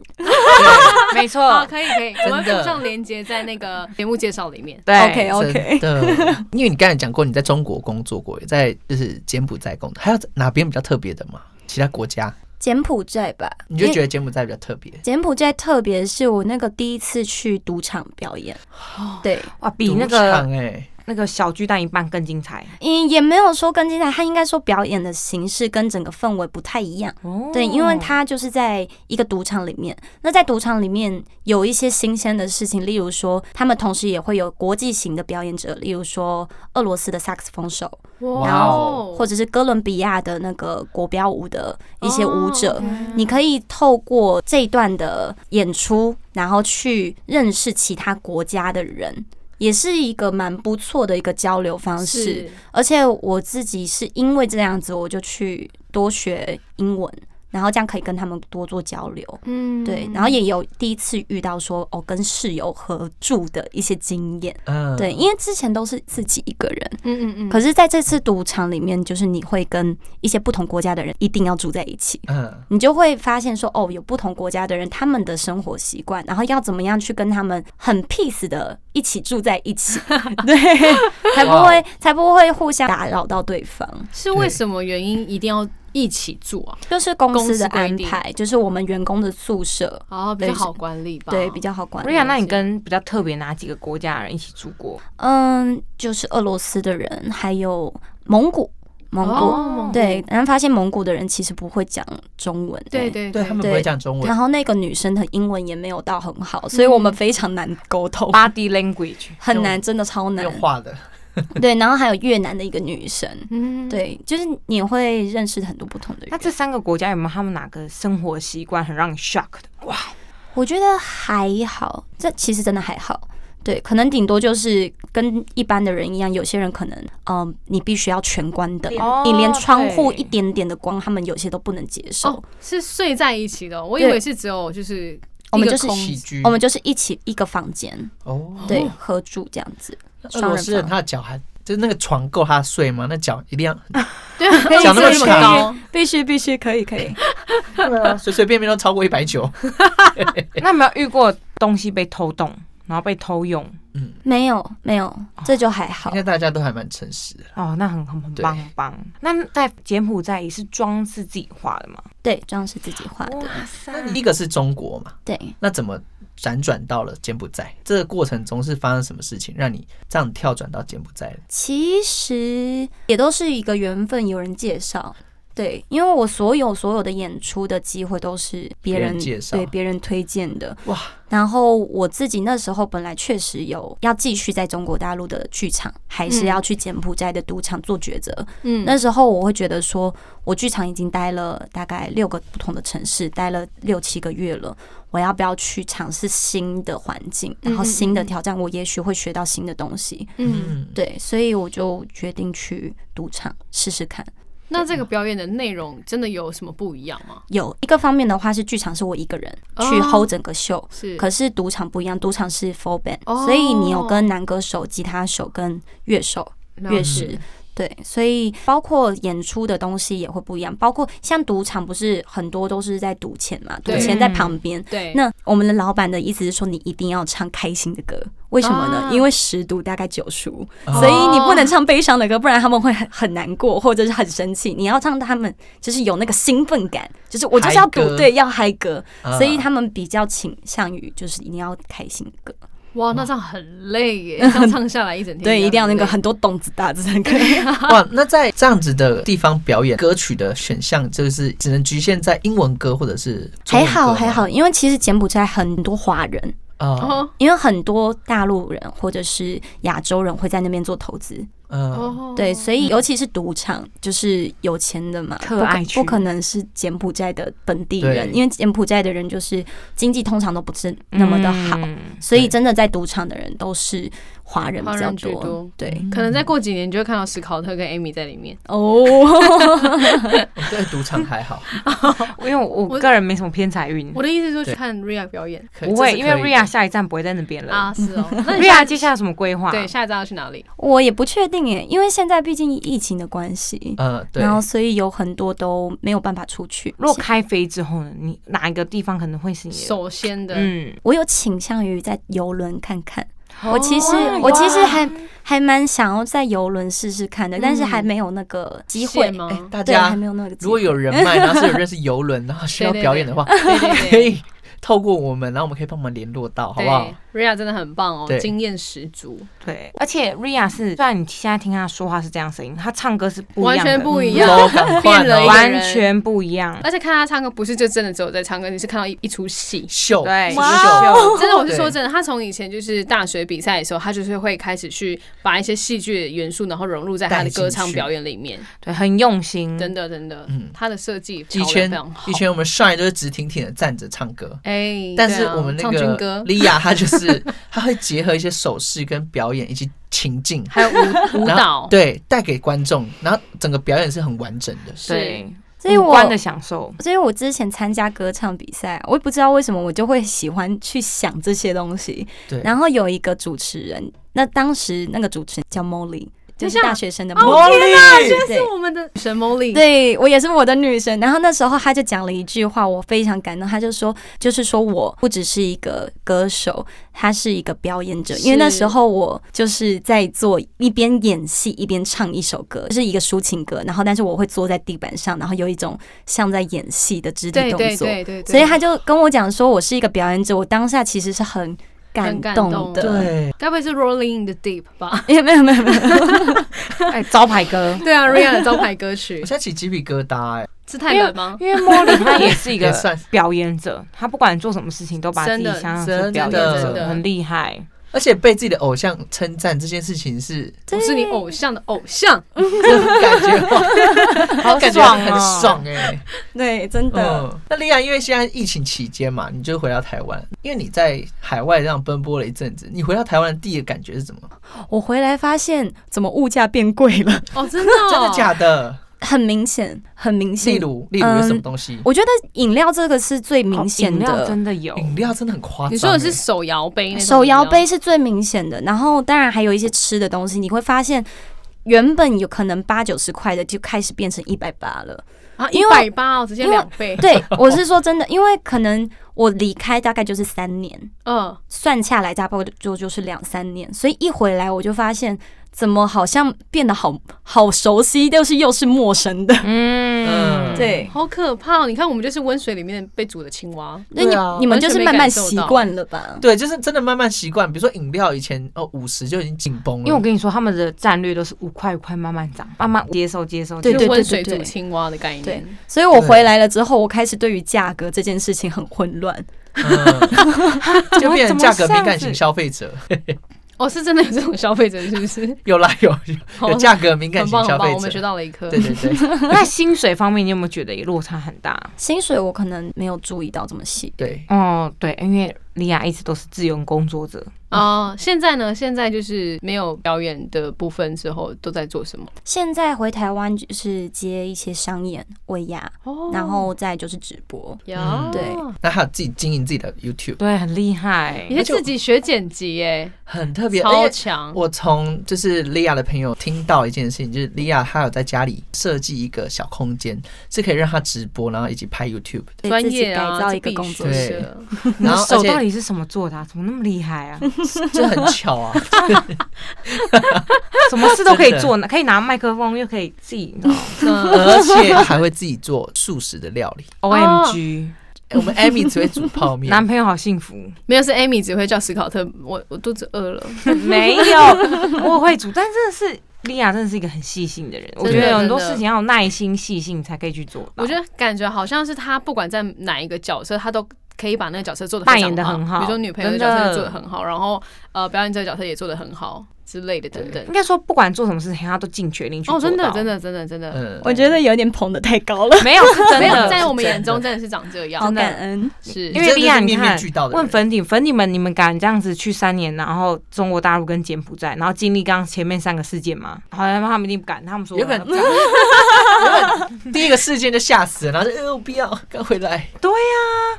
Speaker 3: 好，
Speaker 1: 没错，
Speaker 3: 可以可以，我们
Speaker 4: 真的
Speaker 3: 附上链接在那 个节目介绍里面。
Speaker 1: 对
Speaker 5: OK 哎 OK，
Speaker 4: 真的，因为你刚才讲过你在中国工作过，也在就是柬埔寨工作，还有哪边比较特别的吗？其他国家，
Speaker 5: 柬埔寨吧，
Speaker 4: 你就
Speaker 5: 因为
Speaker 4: 觉得柬埔寨比较特别？
Speaker 5: 柬埔寨特别是我那个第一次去赌场表演，
Speaker 3: 哦
Speaker 5: 对，
Speaker 1: 哇，比那
Speaker 4: 赌
Speaker 1: 个
Speaker 4: 场哎，
Speaker 1: 那个小巨蛋一半更精彩
Speaker 5: 嗯，也没有说跟精彩，他应该说表演的形式跟整个氛围不太一样。
Speaker 1: 哦
Speaker 5: 对，因为他就是在一个赌场里面，那在赌场里面有一些新鲜的事情，例如说他们同时也会有国际型的表演者，例如说俄罗斯的萨克斯风手，
Speaker 4: 哇哦
Speaker 5: 或者是哥伦比亚的那个国标舞的一些舞
Speaker 3: 哦
Speaker 5: 者，
Speaker 3: ，OK
Speaker 5: 你可以透过这一段的演出，然后去认识其他国家的人，也是一个蛮不错的一个交流方式。
Speaker 3: 是
Speaker 5: 而且我自己是因为这样子，我就去多学英文，然后这样可以跟他们多做交流。
Speaker 3: 嗯
Speaker 5: 对，然后也有第一次遇到说哦，跟室友合住的一些经验。
Speaker 4: 嗯，
Speaker 5: 对，，因为之前都是自己一个人，
Speaker 3: 嗯嗯嗯，
Speaker 5: 可是在这次赌场里面，就是你会跟一些不同国家的人一定要住在一起，
Speaker 4: 嗯，
Speaker 5: 你就会发现说，哦，有不同国家的人他们的生活习惯，然后要怎么样去跟他们很 peace 的一起住在 一起，对，才不
Speaker 4: 哇
Speaker 5: 会才不会互相打扰到对方。
Speaker 3: 是为什么原因一定要一起住啊？
Speaker 5: 就是公
Speaker 3: 公
Speaker 5: 司
Speaker 3: 司
Speaker 5: 的
Speaker 3: 规
Speaker 5: 安
Speaker 3: 定
Speaker 5: 排，就是我们员工的宿舍，
Speaker 3: 哦，比
Speaker 5: 对
Speaker 3: 较好管理吧？
Speaker 5: 对，比较好管
Speaker 1: 瑞
Speaker 5: 理。
Speaker 1: 亚，那你跟比较特别哪几个国家的人一起住过？
Speaker 5: 嗯，就是俄罗斯的人，还有蒙古，蒙古。
Speaker 3: 哦蒙古
Speaker 5: 对，然后发现蒙古的人其实不会讲中文、
Speaker 3: 对
Speaker 5: 欸
Speaker 3: 对
Speaker 4: 对他们不会讲中文
Speaker 5: 然，后那个女生的英文也没有到很
Speaker 3: 嗯
Speaker 5: 好，所以我们非常难沟
Speaker 4: 哦
Speaker 5: 通，
Speaker 1: Body language，
Speaker 5: 很难，真的超难
Speaker 4: 用。画的，
Speaker 5: 对，然后还有越南的一个女生，
Speaker 3: 嗯，
Speaker 5: 对，就是你会认识很多不同的
Speaker 1: 那
Speaker 5: 人。
Speaker 1: 这三个国家有没有他们哪个生活习惯很让你 shock 的？哇，
Speaker 5: 我觉得还好，这其实真的还好。对，可能顶多就是跟一般的人一样，有些人可能，嗯、你必须要全关灯，
Speaker 1: 哦
Speaker 5: 你连窗户
Speaker 1: 对
Speaker 5: 一点点的光，他们有些都不能接受。
Speaker 3: 哦，是睡在一起的哦，我以
Speaker 5: 对
Speaker 3: 为是只有 就是
Speaker 5: 我们
Speaker 3: 一个
Speaker 5: 就是
Speaker 3: 空
Speaker 4: 喜剧，
Speaker 5: 我们就是一起一个房间，
Speaker 4: 哦，
Speaker 5: 对，合住这样子。
Speaker 4: 俄罗斯人
Speaker 5: 双人房
Speaker 4: 他的脚还就是那个床够他睡吗？那脚一定要
Speaker 3: 对啊，可以
Speaker 4: 讲那么
Speaker 3: 睡
Speaker 4: 长
Speaker 3: 高，
Speaker 5: 必须必须可以可以。
Speaker 4: 啊随随便便都超过一百九，
Speaker 1: 那有没有遇过东西被偷动，然后被偷用？
Speaker 5: 没有没有，
Speaker 4: 哦
Speaker 5: 这就还好
Speaker 4: 应该。大家都还蛮诚实的。
Speaker 1: 哦，那很很很
Speaker 4: 对
Speaker 1: 棒很棒。那在柬埔寨也是妆是自己画的吗？
Speaker 5: 对，妆是自己画的。
Speaker 1: 哇塞
Speaker 4: 第一个是中国嘛，
Speaker 5: 对，
Speaker 4: 那怎么辗转到了柬埔寨？这个过程中是发生什么事情让你这样跳转到柬埔寨的？
Speaker 5: 其实也都是一个缘分，有人介绍。对，因为我所有所有的演出的机会都是别
Speaker 4: 别人
Speaker 5: 人
Speaker 4: 介绍
Speaker 5: 对别人推荐的
Speaker 4: 哇。
Speaker 5: 然后我自己那时候本来确实有要继续在中国大陆的剧场，还
Speaker 3: 嗯
Speaker 5: 是要去柬埔寨的赌场做抉择。
Speaker 3: 嗯，
Speaker 5: 那时候我会觉得说，我剧场已经待了大概六个不同的城市，待了六七个月了，我要不要去尝试新的环境，然后新的挑战，我也许会学到新的东西。
Speaker 3: 嗯，
Speaker 4: 嗯，
Speaker 5: 对，所以我就决定去赌场试试看。
Speaker 3: 那这个表演的内容真的有什么不一样吗？
Speaker 5: 有一个方面的话是剧场是我一个人
Speaker 3: 哦
Speaker 5: 去 hold 整个秀，
Speaker 3: 是，
Speaker 5: 可是赌场不一样，赌场是 full band，、
Speaker 3: 哦
Speaker 5: 所以你有跟男歌手、吉他手跟乐手、
Speaker 3: 了
Speaker 5: 乐
Speaker 3: 解
Speaker 5: 师。对，所以包括演出的东西也会不一样，包括像赌场不是很多都是在赌钱嘛，赌
Speaker 3: 对
Speaker 5: 钱在旁边。
Speaker 3: 对，
Speaker 5: 那我们的老板的意思是说，你一定要唱开心的歌，为什么呢？
Speaker 3: 啊
Speaker 5: 因为十赌大概九输，
Speaker 4: 哦
Speaker 5: 所以你不能唱悲伤的歌，不然他们会很很难过或者是很生气。你要唱他们就是有那个兴奋感，就是我就是要赌
Speaker 4: 嗨歌，
Speaker 5: 对，要嗨歌，
Speaker 4: 啊
Speaker 5: 嗯所以他们比较倾向于就是一定要开心的歌，
Speaker 3: 哇，那这样很累 耶，这样唱下来一整天，
Speaker 5: 对，一定要那个很多动子打字 的歌。
Speaker 4: 哇，那在这样子的地方表演，歌曲的选项就是只能局限在英文歌或者是中
Speaker 5: 还
Speaker 4: 文歌
Speaker 5: 好
Speaker 4: 吗
Speaker 5: 还好，因为其实柬埔寨很多华人，
Speaker 4: 啊，
Speaker 3: 哦
Speaker 5: 因为很多大陆人或者是亚洲人会在那边做投资，
Speaker 4: 嗯，
Speaker 3: 哦，
Speaker 5: 对，所以尤其是赌场，就是有钱的嘛，
Speaker 1: 特
Speaker 5: 不可
Speaker 1: 爱去
Speaker 5: 不可能是柬埔寨的本地
Speaker 4: 对
Speaker 5: 人，因为柬埔寨的人就是经济通常都不是那么的
Speaker 1: 嗯
Speaker 5: 好，
Speaker 4: 嗯
Speaker 5: 所以
Speaker 4: 对
Speaker 5: 真的在赌场的人都是华人比
Speaker 3: 华
Speaker 5: 较
Speaker 3: 人居多
Speaker 4: 嗯
Speaker 5: 对，
Speaker 3: 可能再过几年你就会看到史考特跟 Amy 在里面。
Speaker 1: 嗯
Speaker 5: 哦，
Speaker 4: 我哦对赌场还好，
Speaker 1: 因为我我个人没什么偏财
Speaker 4: 嗯
Speaker 1: 运
Speaker 3: 我，的意思是说
Speaker 4: 对
Speaker 3: 去看 Ria 表演
Speaker 4: 可以
Speaker 1: 不会，
Speaker 4: 这是
Speaker 1: 因为
Speaker 4: 可以的
Speaker 1: Ria 下一站不会在那边了。
Speaker 3: 啊， 是哦。那你
Speaker 1: Ria 接下来有什么规划？
Speaker 3: 对下一站要去哪里？
Speaker 5: 我也不确定耶，因为现在毕竟疫情的关系，
Speaker 4: 呃，对
Speaker 5: 然，后所以有很多都没有办法出去。
Speaker 1: 如果开飞之后呢，你哪一个地方可能会是你的？
Speaker 3: 首先的，
Speaker 1: 嗯，
Speaker 5: 我有倾向于在游轮看看，
Speaker 3: 哦
Speaker 5: 我其实
Speaker 3: 哇
Speaker 5: 我其实还还蛮想要在游轮试试看的，但是
Speaker 3: 嗯
Speaker 5: 还没有那个机
Speaker 3: 谢
Speaker 5: 会。
Speaker 3: 吗？
Speaker 4: 哎，大
Speaker 5: 对，还
Speaker 4: 家
Speaker 5: 没有那个机
Speaker 4: 如果
Speaker 5: 会。
Speaker 4: 有人脉，然后是有认识游轮，然后需要
Speaker 3: 对对
Speaker 4: 表演的话，
Speaker 3: 对对
Speaker 4: 可
Speaker 3: 对。
Speaker 4: 以透过我们，然后我们可以帮忙联络到， 好
Speaker 3: 对
Speaker 4: 不好？
Speaker 3: ？Ria 真的很棒哦
Speaker 4: 对，
Speaker 3: 经验十足，
Speaker 1: 对，而且 Ria 是，虽然你现在听她说话是这样声音，她唱歌是不一
Speaker 3: 完
Speaker 1: 样的，
Speaker 3: 全不一样，
Speaker 4: 哦，
Speaker 5: 嗯
Speaker 4: 赶快
Speaker 3: 变了一
Speaker 4: 哦
Speaker 3: 个
Speaker 1: 完
Speaker 3: 人
Speaker 1: 全不一样。
Speaker 3: 而且看他唱歌不是就真的只有在唱歌，你是看到一一出戏。
Speaker 4: 秀，
Speaker 1: 对，哦
Speaker 5: 哇
Speaker 1: 秀
Speaker 3: 真的，我是
Speaker 4: 对
Speaker 3: 说真的，他从以前就是大学比赛的时候，他就是会开始去把一些戏剧的元素，然后融入在他
Speaker 4: 带
Speaker 3: 的
Speaker 4: 进
Speaker 3: 歌唱
Speaker 4: 去
Speaker 3: 表演里面。
Speaker 1: 对，很用心，
Speaker 3: 真的，真的，
Speaker 4: 嗯
Speaker 3: 他的设计
Speaker 4: 以
Speaker 3: 调得
Speaker 4: 前
Speaker 3: 非常好
Speaker 4: 以。前我们帅都是直挺挺的站着唱歌，
Speaker 3: 哎，
Speaker 4: 但
Speaker 3: 对
Speaker 4: 是
Speaker 3: 啊
Speaker 4: 我们那
Speaker 3: 唱军
Speaker 4: 个
Speaker 3: 歌
Speaker 4: 莉亚，她就是 她会结合一些手势跟表演以及情境，
Speaker 3: 还有 舞舞
Speaker 4: 然后
Speaker 3: 蹈，
Speaker 4: 对带给观众，然后整个表演是很完整的。
Speaker 3: 是
Speaker 1: 对，
Speaker 5: 所以
Speaker 1: 五
Speaker 5: 我
Speaker 1: 官的享受。
Speaker 5: 所以我之前参加歌唱比赛，我也不知道为什么我就会喜欢去想这些东西。
Speaker 4: 对
Speaker 5: 然后有一个主持人，那当时那个主持人叫 Molly，就
Speaker 3: 等一
Speaker 5: 是
Speaker 3: 下
Speaker 5: 大学生的
Speaker 3: 哦
Speaker 5: Molly。
Speaker 4: Molly，
Speaker 3: 这是我们的神魔力。
Speaker 5: 对我也是我的女神，然后那时候她就讲了一句话，我非常感动。她就说，就是说我不只是一个歌手，她是一个表演者。因为
Speaker 3: 是
Speaker 5: 那时候我就是在做一边演戏一边唱一首歌，就是一个抒情歌，然后但是我会坐在地板上，然后有一种像在演戏的肢体
Speaker 3: 对
Speaker 5: 动作。
Speaker 3: 对对对，
Speaker 5: 所以他就跟我讲说，我是一个表演者，我当下其实是很感
Speaker 3: 很感
Speaker 5: 动
Speaker 3: 动
Speaker 5: 的。
Speaker 4: 对，
Speaker 3: 该不会是 Rolling in the Deep 吧？，
Speaker 5: 对，没有没有没有，
Speaker 1: 哎，招牌歌
Speaker 3: 对啊，Ria 的招牌歌曲
Speaker 4: 我现在起鸡皮疙瘩，哎，
Speaker 3: 是太难吗？哦
Speaker 1: 因为茉莉她也是一
Speaker 4: 也
Speaker 1: 个
Speaker 4: 算。
Speaker 1: 表演者，她不管做什么事情都把自己
Speaker 3: 真的
Speaker 1: 想想
Speaker 4: 真
Speaker 1: 是表演
Speaker 4: 的
Speaker 3: 真
Speaker 1: 者，
Speaker 3: 的
Speaker 1: 很厉害。
Speaker 4: 而且被自己的偶像称赞这件事情是，
Speaker 3: 我是你偶像的偶像，
Speaker 4: 这种感觉哇
Speaker 1: 好
Speaker 4: 感觉
Speaker 1: 爽
Speaker 4: 很
Speaker 1: 哦
Speaker 4: 爽哎。
Speaker 5: 对，真的。
Speaker 4: 嗯，那莉亚，因为现在疫情期间嘛，你就回到台湾，因为你在海外这样奔波了一阵子，你回到台湾的第一个感觉是怎么？
Speaker 5: 我回来发现，怎么物价变贵了？
Speaker 3: 哦，真的哦，
Speaker 4: 真的假的？
Speaker 5: 很明显，很明显。
Speaker 4: 例，如，例如
Speaker 3: 嗯
Speaker 4: 有什么东西？
Speaker 5: 我觉得饮料这个是最明显
Speaker 1: 饮料
Speaker 5: 的。
Speaker 1: 真的有，
Speaker 4: 饮料真的很夸张欸。
Speaker 3: 你说的是手摇杯那种
Speaker 5: 手摇
Speaker 3: 饮料
Speaker 5: 杯是最明显的，然后当然还有一些吃的东西，你会发现原本有可能八九十块的就开始变成一百八了。
Speaker 3: 啊，一
Speaker 5: 因为
Speaker 3: 百八哦，直接
Speaker 5: 因为
Speaker 3: 两倍。
Speaker 5: 对，我是说真的，因为可能我离开大概就是三年，
Speaker 3: 嗯，
Speaker 5: 算下来差不多就就是两三年，所以一回来我就发现怎么好像变得好好熟悉，但是又是陌生的？
Speaker 1: 嗯，
Speaker 4: 嗯
Speaker 5: 对，
Speaker 3: 好可怕哦！你看，我们就是温水里面被煮的青蛙，
Speaker 5: 那你、
Speaker 4: 对啊
Speaker 5: 你们就
Speaker 3: 完全
Speaker 5: 是
Speaker 3: 没
Speaker 5: 慢
Speaker 3: 感
Speaker 5: 慢
Speaker 3: 受
Speaker 5: 习
Speaker 3: 到
Speaker 5: 惯了吧？
Speaker 4: 对，就是真的慢慢习惯。比如说饮料，以前哦五十就已经紧绷
Speaker 1: 因为我
Speaker 4: 了，
Speaker 1: 跟你说，他们的战略都是五块五块慢慢涨，慢慢接受接受。
Speaker 5: 对
Speaker 3: 就
Speaker 1: 接
Speaker 3: 是
Speaker 1: 受
Speaker 3: 温水
Speaker 5: 对对
Speaker 3: 煮青蛙的概念
Speaker 5: 对。所以我
Speaker 4: 对
Speaker 5: 回来了之后，我开始对于价格这件事情很混乱。
Speaker 4: 嗯 就变成价格敏感型消费者。
Speaker 3: 哦，是真的有这种消费者是不是？
Speaker 4: 有啦有有有价格敏感
Speaker 3: 很
Speaker 4: 型
Speaker 3: 棒
Speaker 4: 消
Speaker 3: 哦很棒，我
Speaker 4: 费
Speaker 3: 们学
Speaker 4: 者。
Speaker 3: 到了一课
Speaker 4: 对。对对
Speaker 1: 那薪水方面，你有没有觉得也落差很大？
Speaker 5: 薪水我可能没有注意到这么细，
Speaker 4: 对，
Speaker 1: 哦，对，因为莉亚一直都是自由工作者，
Speaker 3: 哦，现在呢？现在就是没有表演的部分之后，都在做什么？
Speaker 5: 现在回台湾就是接一些商演、尾牙，
Speaker 3: 哦
Speaker 5: 然后再就是直播。
Speaker 3: 呀，
Speaker 4: 嗯
Speaker 5: 对
Speaker 4: 那还有自己经营自己的 YouTube，
Speaker 1: 对，很厉害
Speaker 3: 你。还自己学剪辑耶，
Speaker 4: 很特别。
Speaker 3: 超
Speaker 4: 而且
Speaker 3: 强！
Speaker 4: 我从就是莉亚的朋友听到一件事情，就是莉亚她有在家里设计一个小空间，是可以让她直播，然后以及拍 YouTube 的。
Speaker 5: 对
Speaker 3: 专
Speaker 5: 自己
Speaker 3: 业
Speaker 5: 改
Speaker 3: 啊，
Speaker 5: 造
Speaker 3: 这
Speaker 5: 一个
Speaker 3: 必
Speaker 5: 工
Speaker 3: 须
Speaker 5: 作
Speaker 4: 对
Speaker 5: 室，
Speaker 3: 的
Speaker 1: 你
Speaker 4: 然后而
Speaker 1: 手到
Speaker 4: 且
Speaker 1: 底是什么做的、啊？怎么那么厉害 啊？
Speaker 4: 这很巧啊，
Speaker 1: 什么事都可以做，可以拿麦克风，又可以自己你知 道
Speaker 3: 嗯
Speaker 4: 而且还会自己做素食的料 理。
Speaker 1: O M G，
Speaker 4: 欸我们 Amy 只会煮泡面，
Speaker 1: 男朋友好幸福。
Speaker 3: 没有是 Amy 只会叫史考特，我我肚子饿了。
Speaker 1: 没有，我会煮，但真的是莉亚真的是一个很细心的人。我觉得有很多事情要有耐心、细心才可以去做到。
Speaker 3: 我觉得感觉好像是他不管在哪一个角色，他都可以把那个角色做的
Speaker 1: 扮演得很好
Speaker 3: 比如说女朋友的
Speaker 1: 真
Speaker 3: 角
Speaker 1: 的
Speaker 3: 色也做的很好，然后呃表演者的角色也做的很好之类的等等
Speaker 1: 应。该说，不管做什么事情，他都尽全力去做
Speaker 3: 哦，真的，真
Speaker 1: 的
Speaker 3: 的，真的，真的，
Speaker 4: 嗯，
Speaker 5: 我觉得有点捧得太高了，
Speaker 1: 没有是真
Speaker 3: 没有在
Speaker 1: 的。
Speaker 3: 我们眼中真的是长这样，
Speaker 5: 好
Speaker 3: 真的
Speaker 5: 感恩。
Speaker 3: 是
Speaker 4: 你
Speaker 1: 因为
Speaker 4: 真的
Speaker 1: 莉亚，
Speaker 4: 是
Speaker 1: 你
Speaker 4: 面
Speaker 1: 看
Speaker 4: 面俱到，的人
Speaker 1: 问粉底粉底们，你们敢这样子去三年，然后中国大陆跟柬埔寨，然后经历刚刚前面三个事件吗？好像他们一定不敢，他们说
Speaker 4: 有可能第一个事件就吓死了，然后就呃我不要，赶回来。
Speaker 1: 对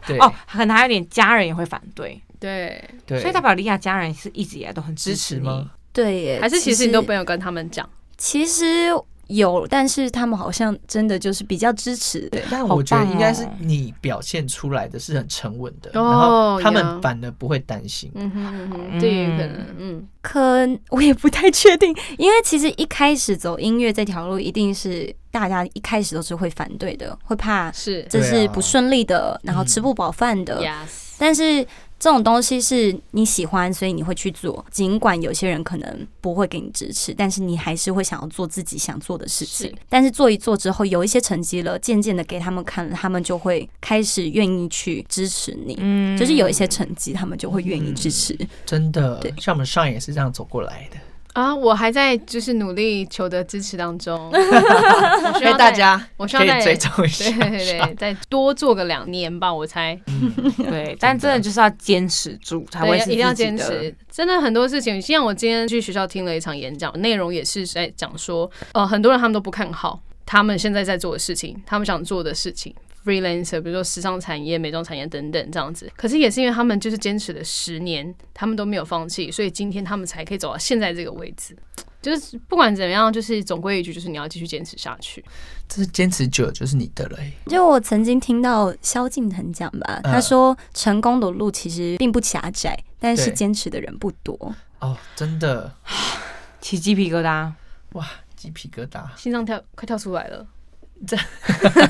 Speaker 4: 对
Speaker 1: 哦，可能还有点家人也会反对，
Speaker 3: 对，
Speaker 4: 对，
Speaker 1: 所以代表莉亚家人是一直以来都很
Speaker 4: 支持
Speaker 1: 持你
Speaker 4: 吗？？
Speaker 5: 对耶，
Speaker 3: 还是其实你都没有跟他们讲，
Speaker 5: 其实有，但是他们好像真的就是比较支持。
Speaker 4: 但
Speaker 1: 好
Speaker 4: 我觉得
Speaker 1: 棒
Speaker 4: 应该是
Speaker 1: 哦
Speaker 4: 你表现出来的是很沉稳的，
Speaker 3: 哦
Speaker 4: 然后他
Speaker 3: 呀
Speaker 4: 们反而不会担心。
Speaker 3: 嗯哼嗯哼，
Speaker 1: 嗯
Speaker 3: 这也有可能，嗯，
Speaker 5: 可我也不太确定，因为其实一开始走音乐这条路，一定是大家一开始都是会反对的，会怕
Speaker 3: 是
Speaker 5: 这
Speaker 4: 对
Speaker 5: 是
Speaker 4: 啊
Speaker 5: 不顺利的，然后吃
Speaker 4: 嗯
Speaker 5: 不饱饭的。
Speaker 3: ，yes，
Speaker 5: 但是这种东西是你喜欢，所以你会去做。尽管有些人可能不会给你支持，但是你还是会想要做自己想做的事情
Speaker 3: 是。
Speaker 5: 但是做一做之后，有一些成绩了，渐渐的给他们看，他们就会开始愿意去支持你。
Speaker 1: 嗯
Speaker 5: 就是有一些成绩，他们就会愿意支持。
Speaker 4: 真的
Speaker 5: 对，
Speaker 4: 像我们上也是这样走过来的。
Speaker 3: 啊，我还在就是努力求得支持当中，我需
Speaker 4: 所
Speaker 3: 要
Speaker 4: 以大
Speaker 3: 再，
Speaker 4: 家
Speaker 3: 我需要
Speaker 4: 可以
Speaker 3: 再
Speaker 4: 追。踪一下
Speaker 3: 对。对对，再多做个两年吧，我猜。
Speaker 4: 嗯
Speaker 1: 对，但真的就是要坚持住，才
Speaker 3: 对，
Speaker 1: 会
Speaker 3: 要
Speaker 1: 是
Speaker 3: 一定要
Speaker 1: 自己
Speaker 3: 坚
Speaker 1: 的
Speaker 3: 持。真的很多事情，像我今天去学校听了一场演讲，内容也是在讲说，呃，很多人他们都不看好他们现在在做的事情，他们想做的事情。freelancer，比如说时尚产业、美妆产业等等这样子，可是也是因为他们就是坚持了十年，他们都没有放弃，所以今天他们才可以走到现在这个位置。就是不管怎么样，就是总归一句，就是你要继续坚持下去。
Speaker 4: 这是坚持久了就是你的了欸。
Speaker 5: 就我曾经听到萧敬腾讲吧，
Speaker 4: 嗯
Speaker 5: 他说成功的路其实并不狭窄，但是
Speaker 4: 对
Speaker 5: 坚持的人不多。
Speaker 4: 哦，真的，
Speaker 1: 起鸡皮疙瘩。
Speaker 4: 哇，鸡皮疙瘩。
Speaker 3: 心脏跳快跳出来了。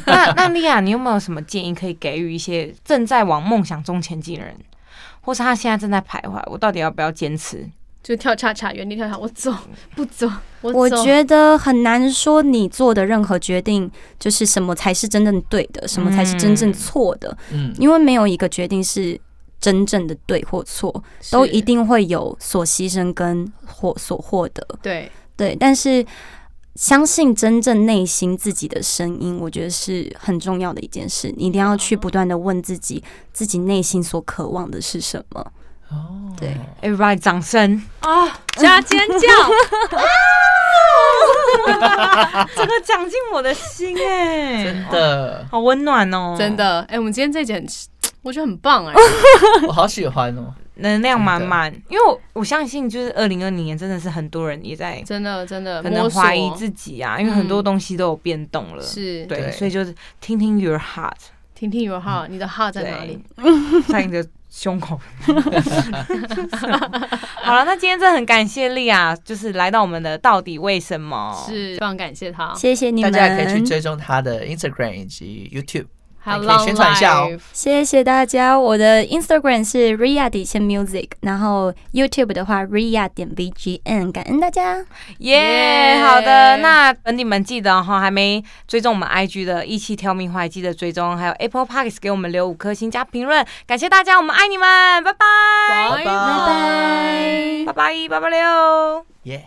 Speaker 1: 那那莉亚，你有没有什么建议可以给予一些正在往梦想中前进的人，或是他现在正在徘徊，我到底要不要坚持？
Speaker 3: 就跳恰恰，原地跳恰，我走不走，我
Speaker 5: 我
Speaker 3: 走
Speaker 5: 觉得很难说你做的任何决定就是什么才是真正对的，什么才是真正错的，
Speaker 4: 嗯，
Speaker 5: 因为没有一个决定是真正的对或错，都
Speaker 3: 是
Speaker 5: 一定会有所牺牲跟或所获得。
Speaker 3: 对，
Speaker 5: 对，但是相信真正内心自己的声音，我觉得是很重要的一件事。你一定要去
Speaker 3: 哦
Speaker 5: 不断的问自己，自己内心所渴望的是什么。
Speaker 4: 哦，
Speaker 5: 对
Speaker 1: Everybody 掌声！
Speaker 3: 加尖叫。
Speaker 1: 这个讲进我的心哎、
Speaker 4: 真的，
Speaker 1: 好温暖哦，
Speaker 3: 真，的，哎、我们今天这一集很，我觉得很棒 哎、
Speaker 4: 我好喜欢哦。
Speaker 1: 能量满满。因为我我相信，就是二零二零年真的是很多人也在
Speaker 3: 真的真的
Speaker 1: 可能
Speaker 3: 摸索
Speaker 1: 怀疑自己啊，因为很多
Speaker 3: 嗯
Speaker 1: 东西都有变动了。
Speaker 3: 是
Speaker 1: 对，
Speaker 4: 对
Speaker 1: 所以就是听听 your heart，嗯
Speaker 3: 听听 your heart，你的 heart 在哪里？
Speaker 1: 在你的胸口。 好了，那今天真的很感谢莉亚，就是来到我们的到底为什么？
Speaker 3: 是非常感谢他，
Speaker 5: 谢谢你
Speaker 4: 大
Speaker 5: 们，
Speaker 4: 家也可以去追踪他的 Instagram 以及 YouTube。
Speaker 3: 还有
Speaker 4: 可以
Speaker 3: Long
Speaker 4: 宣传一下哦
Speaker 3: Life
Speaker 5: 谢谢大家。我的 Instagram 是 Ria 底线 Music，然后 YouTube 的话 Ria 点 BGN，感恩大家。
Speaker 1: 耶、
Speaker 3: 耶
Speaker 1: 好的，那粉底们记得哈，还没追踪我们 IG 的，一起挑明怀，记得追踪，还有 Apple Parks 给我们留五颗星加评论，感谢大家，我们爱你们，拜拜，
Speaker 3: 拜
Speaker 4: 拜
Speaker 5: 拜拜。
Speaker 1: 拜拜，八八六。
Speaker 4: 耶、